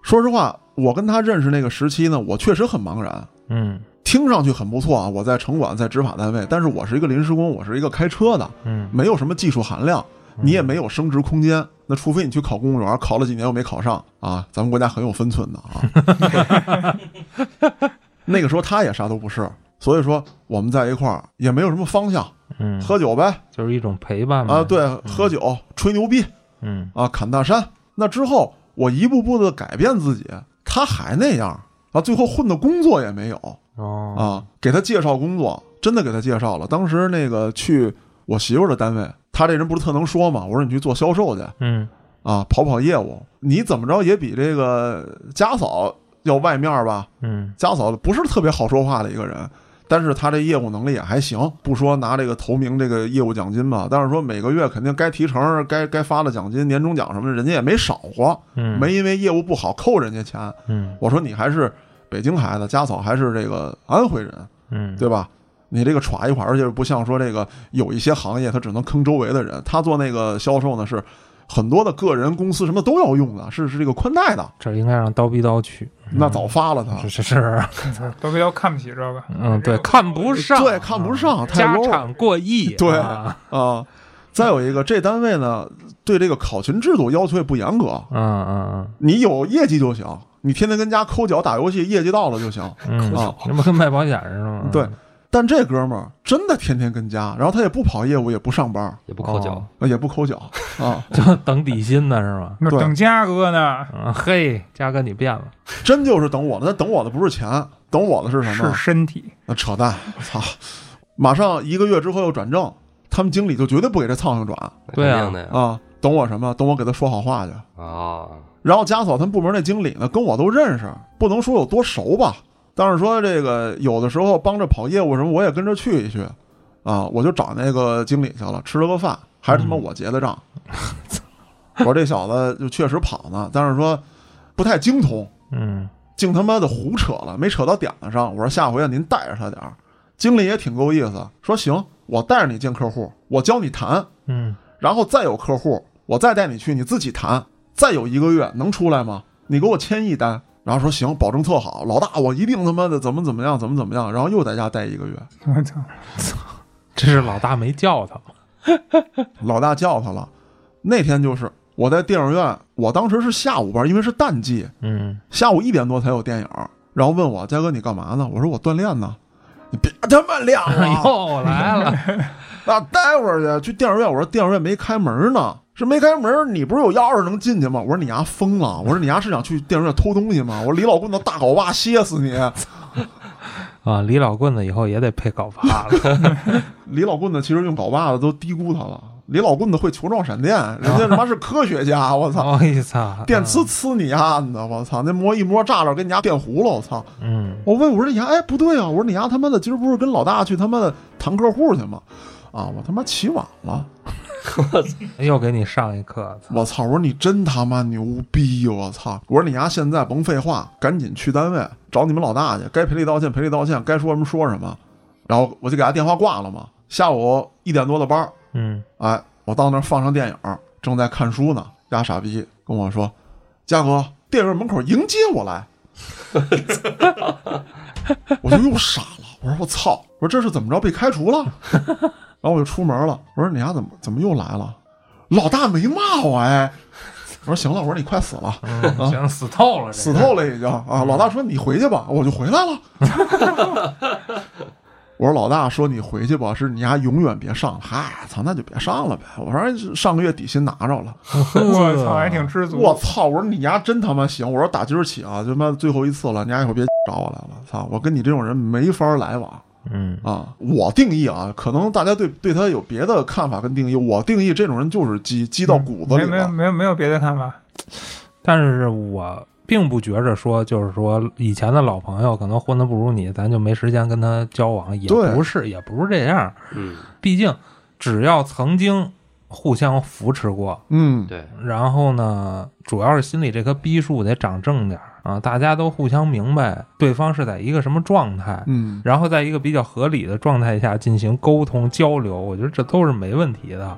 Speaker 3: 说实话，我跟他认识那个时期呢，我确实很茫然。
Speaker 5: 嗯
Speaker 3: 听上去很不错啊，我在城管，在执法单位，但是我是一个临时工，我是一个开车的，
Speaker 5: 嗯
Speaker 3: 没有什么技术含量，你也没有升职空间。那除非你去考公务员，考了几年又没考上啊！咱们国家很有分寸的啊。 那个时候他也啥都不是，所以说我们在一块儿也没有什么方向，
Speaker 5: 嗯，
Speaker 3: 喝酒呗
Speaker 5: 就是一种陪伴嘛
Speaker 3: 啊，，对，喝酒吹牛逼
Speaker 5: 嗯
Speaker 3: 啊，侃大山。那之后我一步步的改变自己，他还那样啊，最后混的工作也没有，
Speaker 5: 哦，
Speaker 3: 啊，给他介绍工作，真的给他介绍了。当时那个去我媳妇儿的单位，他这人不是特能说嘛，我说你去做销售去
Speaker 5: 嗯
Speaker 3: 啊，跑跑业务，你怎么着也比这个家嫂要外面儿吧？
Speaker 5: 嗯
Speaker 3: 家嫂不是特别好说话的一个人，但是他这业务能力也还行，不说拿这个头名这个业务奖金吧，但是说每个月肯定该提成、该该发的奖金、年终奖什么的，人家也没少过，
Speaker 5: 嗯，
Speaker 3: 没因为业务不好扣人家钱。
Speaker 5: 嗯
Speaker 3: 我说你还是北京孩子，家嫂还是这个安徽人，
Speaker 5: 嗯，
Speaker 3: 对吧？你这个耍一块，而且不像说这个有一些行业，他只能坑周围的人。他做那个销售呢，是很多的个人、公司什么都要用的，是是这个宽带的，
Speaker 5: 这应该让刀逼刀去，
Speaker 3: 那早发了他。
Speaker 5: 嗯是是是，
Speaker 6: 都比较看不起这个，
Speaker 5: 嗯，对，看不上，啊
Speaker 3: 对，看不上，太
Speaker 5: 家
Speaker 3: low 了
Speaker 5: 产过亿，
Speaker 3: 对
Speaker 5: 啊
Speaker 3: 啊。再有一个，这单位呢对这个考勤制度要求也不严格，
Speaker 5: 嗯嗯
Speaker 3: 你有业绩就行，你天天跟家抠脚打游戏，业绩到了就行。
Speaker 5: 嗯，
Speaker 3: 啊
Speaker 5: 那不跟卖保险似的吗？ 嗯
Speaker 3: 对，但这哥们儿真的天天跟家，然后他也不跑业务，也不上班，
Speaker 4: 也不抠脚
Speaker 5: 哦，
Speaker 3: 呃也不抠脚啊，
Speaker 5: 就等底薪呢是吗？
Speaker 6: 那
Speaker 3: 对
Speaker 6: 等嘉哥呢？
Speaker 5: 啊嘿，嘉哥你变了，
Speaker 3: 真就是等我的。但等我的不是钱，等我的是什么？
Speaker 6: 是身体，
Speaker 3: 那扯淡，操！马上一个月之后又转正，他们经理就绝对不给这苍蝇转
Speaker 4: 肯
Speaker 5: 对啊
Speaker 4: 定的呀。
Speaker 3: 啊！等我什么？等我给他说好话去。
Speaker 4: 啊，
Speaker 3: 然后家嫂他们部门那经理呢，跟我都认识，不能说有多熟吧，但是说这个有的时候帮着跑业务什么，我也跟着去一去啊。我就找那个经理去了，吃了个饭，还是他妈我结的账。我说这小子就确实跑呢，但是说不太精通，
Speaker 5: 嗯
Speaker 3: 净他妈的胡扯了，没扯到点子上。我说下回啊，您带着他点儿。经理也挺够意思，说行，我带着你见客户，我教你谈，
Speaker 5: 嗯
Speaker 3: 然后再有客户，我再带你去，你自己谈。再有一个月能出来吗？你给我签一单。然后说行，保证特好，老大，我一定他妈的怎么怎么样，怎么怎么样。然后又在家待一个月，
Speaker 6: 我操，
Speaker 5: 这是老大没叫他，
Speaker 3: 老大叫他了。那天就是我在电影院，我当时是下午班，因为是淡季，
Speaker 5: 嗯
Speaker 3: 下午一点多才有电影，然后问我佳哥你干嘛呢？我说我锻炼呢。你别他妈亮了，
Speaker 5: 又哦来了，
Speaker 3: 那待会儿去去电影院。我说电影院没开门呢，是没开门。你不是有钥匙能进去吗？我说你丫疯了，我说你丫是想去电影院偷东西吗？我说李老棍子大镐把歇死你！
Speaker 5: 啊，李老棍子以后也得配镐把了。
Speaker 3: 李老棍子其实用镐把子都低估他了。李老棍子会球状闪电，人家他妈是科学家，我操！
Speaker 5: 我操，
Speaker 3: 电呲呲你丫的，我操！那摸一摸炸着跟你丫电糊了，我操！
Speaker 5: 嗯，
Speaker 3: 我问我说你丫哎不对啊，我说你丫他妈的今儿不是跟老大去他妈的谈客户去吗？啊，我他妈起晚了，
Speaker 5: 嗯，又给你上一课，操
Speaker 3: 我操！我说你真他妈牛逼，我操！我说你丫现在甭废话，赶紧去单位找你们老大去，该赔礼道歉赔礼道歉，该说什么说什么。然后我就给他电话挂了嘛。下午一点多的班儿，
Speaker 5: 嗯
Speaker 3: 哎，我到那儿放上电影，正在看书呢，丫傻逼跟我说：“嘉哥，电影院门口迎接我来。” 我就又傻了，我说我操，我说这是怎么着被开除了？ 然后我就出门了，我说你丫怎么怎么又来了？老大没骂我哎，我说行了，我说你快死了，啊
Speaker 5: 行，死透了，
Speaker 3: 死透了已经啊！老大说你回去吧，我就回来了。 我说老大说你回去吧，是你丫永远别上了。嗨，操，那就别上了呗。我说上个月底薪拿着了，
Speaker 6: 我 操，还挺知足。
Speaker 3: 我操！我说你丫真他妈行！我说打今儿起啊，就他妈最后一次了，你丫以后别找我来了。操，我跟你这种人没法来往
Speaker 5: 嗯，
Speaker 3: 啊！我定义啊，可能大家对对他有别的看法跟定义，我定义这种人就是鸡鸡到骨子
Speaker 6: 没
Speaker 3: 里
Speaker 6: 嗯没有
Speaker 3: 了。
Speaker 6: 没有没有别的看法，
Speaker 5: 但是我并不觉着说，就是说以前的老朋友可能混的不如你，咱就没时间跟他交往，也
Speaker 3: 对
Speaker 5: 不是，也不是这样。
Speaker 4: 嗯，
Speaker 5: 毕竟只要曾经互相扶持过，
Speaker 3: 嗯，
Speaker 4: 对，
Speaker 5: 然后呢，主要是心里这棵逼树得长正点儿啊，大家都互相明白对方是在一个什么状态。
Speaker 3: 嗯，
Speaker 5: 然后在一个比较合理的状态下进行沟通交流，我觉得这都是没问题的。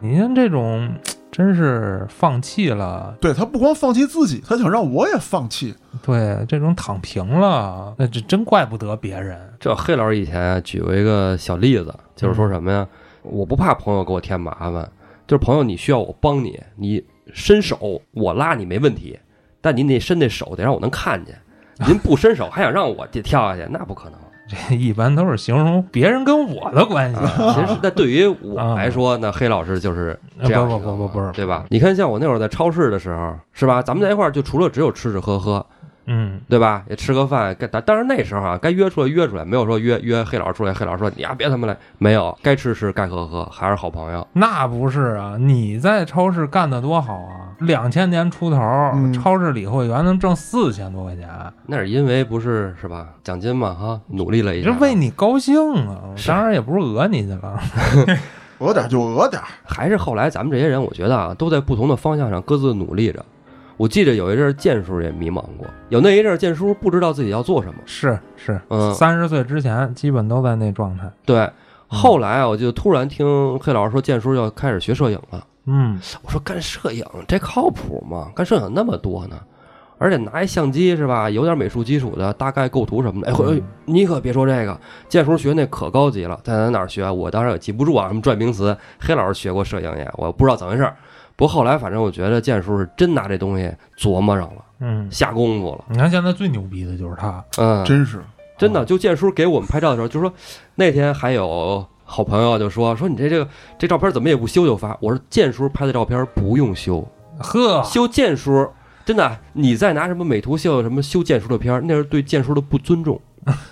Speaker 5: 你像这种，真是放弃了
Speaker 3: 对他不光放弃自己，他想让我也放弃。
Speaker 5: 对，这种躺平了，那这真怪不得别人。
Speaker 4: 这黑老师以前啊举过一个小例子，就是
Speaker 5: 嗯
Speaker 4: 说什么呀？我不怕朋友给我添麻烦，就是朋友你需要我帮你，你伸手我拉你没问题，但您得伸那手得让我能看见。您不伸手还想让我得跳下去，那不可能。
Speaker 5: 这一般都是形容别人跟我的关系。
Speaker 4: 其实，那对于我来说，那黑老师就是这样一个嘛，
Speaker 5: 啊不不不不不
Speaker 4: 对吧？你看，像我那会儿在超市的时候，是吧？咱们在一块儿就除了只有吃吃喝喝，
Speaker 5: 嗯，
Speaker 4: 对吧？也吃个饭，该当当然那时候啊，该约出来约出来，没有说约约黑老师出来，黑老师说你啊呀、别他妈来，没有，该吃吃，该喝喝，还是好朋友。
Speaker 5: 那不是啊，你在超市干得多好啊！两千年出头，
Speaker 3: 嗯
Speaker 5: 超市理货员能挣四千多块钱，
Speaker 4: 那是因为不是是吧？奖金嘛哈，努力了一
Speaker 5: 这
Speaker 4: 下，啊
Speaker 5: 为你高兴啊！
Speaker 4: 是
Speaker 5: 当然也不是讹你去了。
Speaker 3: 讹点就讹点，
Speaker 4: 还是后来咱们这些人，我觉得啊，都在不同的方向上各自努力着。我记得有一阵儿建叔也迷茫过，有那一阵儿建叔不知道自己要做什么。
Speaker 5: 是是，
Speaker 4: 嗯
Speaker 5: 三十岁之前基本都在那状态。
Speaker 4: 对，后来啊，我就突然听黑老师说，建叔要开始学摄影了。
Speaker 5: 嗯，
Speaker 4: 我说干摄影这靠谱吗？干摄影那么多呢，而且拿一相机是吧，有点美术基础的，大概构图什么的。哎，
Speaker 3: 嗯
Speaker 4: 回哎你可别说这个，建叔学那可高级了，在咱哪儿学啊？我当时也记不住啊，什么转名词。黑老师学过摄影也，我不知道怎么回事儿。不过后来反正我觉得建叔是真拿这东西琢磨上了，
Speaker 5: 嗯，
Speaker 4: 下功夫了。
Speaker 5: 你看现在最牛逼的就是他，
Speaker 4: 嗯，
Speaker 3: 真是。
Speaker 4: 真的，就建叔给我们拍照的时候，就说那天还有好朋友就说说你这这个这照片怎么也不修就发。我说建叔拍的照片不用修，
Speaker 5: 呵，
Speaker 4: 修建叔真的，你再拿什么美图秀什么修建叔的片儿，那是对建叔的不尊 重，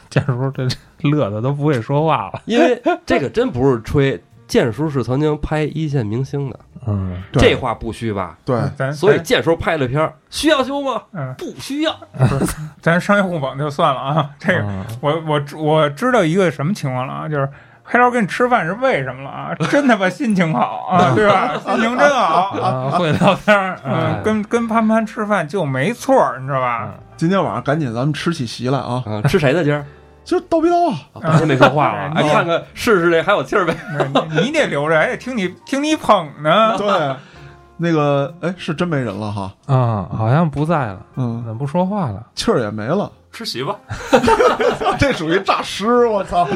Speaker 5: 这时候这乐的都不会说话了。
Speaker 4: 因为这个真不是吹。建叔是曾经拍一线明星的，
Speaker 5: 嗯，
Speaker 3: 对
Speaker 4: 这话不虚吧？
Speaker 3: 对，
Speaker 6: 咱
Speaker 4: 所以
Speaker 6: 咱
Speaker 4: 建叔拍的片儿需要修吗？
Speaker 6: 嗯，
Speaker 4: 不需要。
Speaker 6: 咱商业互捧就算了啊，这个
Speaker 5: 嗯
Speaker 6: 我我知我知道一个什么情况了啊，就是黑老跟你吃饭是为什么了啊？真他妈心情好 啊，对吧？心情真好。
Speaker 5: 啊，会聊天儿，
Speaker 6: 嗯，
Speaker 5: 嗯，
Speaker 6: 跟跟潘潘吃饭就没错儿，你知道吧？
Speaker 3: 今天晚上赶紧咱们吃起席来啊！
Speaker 4: 啊，吃谁的今儿？
Speaker 3: 就是叨逼叨啊，
Speaker 4: 啊半天没说话了，
Speaker 6: 啊
Speaker 4: 哎，看看试试这还有气儿呗。
Speaker 6: 你你得留着，还得听你听你捧 呢。
Speaker 3: 对，那个哎，是真没人了哈，
Speaker 5: 啊，好像不在了，
Speaker 3: 嗯
Speaker 5: 怎，么不说话了？
Speaker 3: 气儿也没了，
Speaker 7: 吃席吧。
Speaker 3: 这属于诈尸，我操！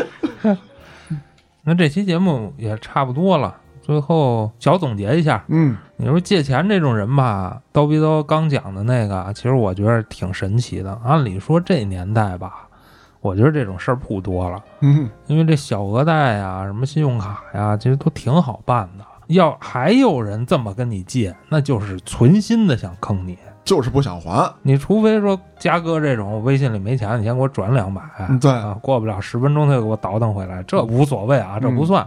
Speaker 5: 那这期节目也差不多了，最后小总结一下，
Speaker 3: 嗯，
Speaker 5: 你说借钱这种人吧，叨逼叨刚讲的那个，其实我觉得挺神奇的。按理说这年代吧，我觉得这种事儿不多了，
Speaker 3: 嗯，
Speaker 5: 因为这小额贷呀、什么信用卡呀，其实都挺好办的。要还有人这么跟你借，那就是存心的想坑你。
Speaker 3: 就是不想还，
Speaker 5: 你除非说嘉哥这种，我微信里没钱，你先给我转两百
Speaker 3: 嗯，对
Speaker 5: 啊，过不了十分钟他就给我倒腾回来，这无所谓啊，这不算。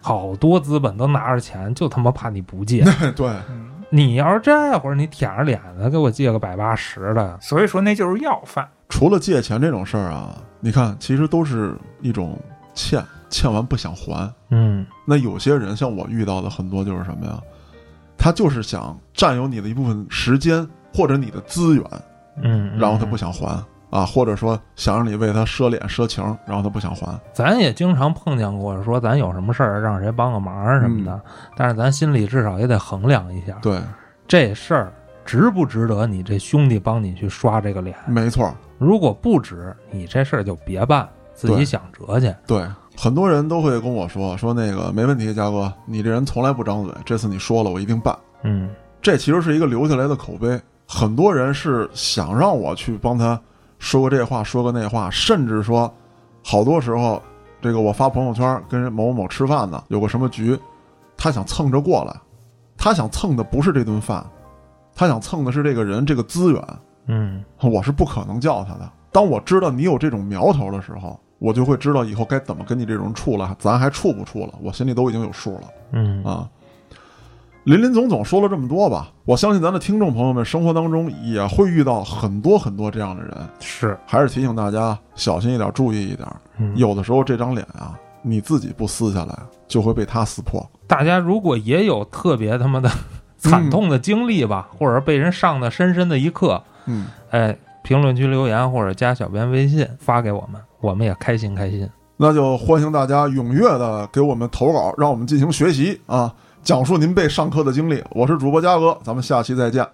Speaker 5: 好多资本都拿着钱，就他妈怕你不借。
Speaker 3: 哎对，
Speaker 6: 嗯
Speaker 5: 你要是这会儿你舔着脸的给我借个百八十的，
Speaker 6: 所以说那就是要饭。
Speaker 3: 除了借钱这种事儿啊，你看，其实都是一种欠，欠完不想还。
Speaker 5: 嗯
Speaker 3: 那有些人像我遇到的很多就是什么呀，他就是想占有你的一部分时间或者你的资源，
Speaker 5: 嗯，嗯
Speaker 3: 然后他不，想还。啊，或者说想让你为他奢脸奢情，然后他不想还，
Speaker 5: 咱也经常碰见过，说咱有什么事儿让嗯谁帮个忙什么的，但是咱心里至少也得衡量一下，
Speaker 3: 对，
Speaker 5: 这事儿值不值得你这兄弟帮你去刷这个脸？
Speaker 3: 没错，
Speaker 5: 如果不值，你这事儿就别办，自己
Speaker 3: 对
Speaker 5: 想辙去。
Speaker 3: 对，很多人都会跟我说说那个没问题，嘉哥，你这人从来不张嘴，这次你说了，我一定办。
Speaker 5: 嗯，
Speaker 3: 这其实是一个留下来的口碑，很多人是想让我去帮他说个这话，说个那话，甚至说，好多时候这个我发朋友圈跟某某某吃饭呢，有个什么局，他想蹭着过来，他想蹭的不是这顿饭，他想蹭的是这个人这个资源，
Speaker 5: 嗯，
Speaker 3: 我是不可能叫他的。当我知道你有这种苗头的时候，我就会知道以后该怎么跟你这种处了，咱还处不处了，我心里都已经有数了。
Speaker 5: 嗯，
Speaker 3: 啊。林林总总说了这么多吧，我相信咱的听众朋友们生活当中也会遇到很多很多这样的人，
Speaker 5: 是，
Speaker 3: 还是提醒大家小心一点，注意一点。
Speaker 5: 嗯
Speaker 3: 有的时候这张脸啊，你自己不撕下来，就会被他撕破。
Speaker 5: 大家如果也有特别他妈的 惨痛的经历吧，或者被人上的深深的一课，
Speaker 3: 嗯，
Speaker 5: 哎，评论区留言或者加小编微信发给我们，我们也开心开心。
Speaker 3: 那就欢迎大家踊跃的给我们投稿，让我们进行学习啊，讲述您被上课的经历。我是主播嘉哥，咱们下期再见，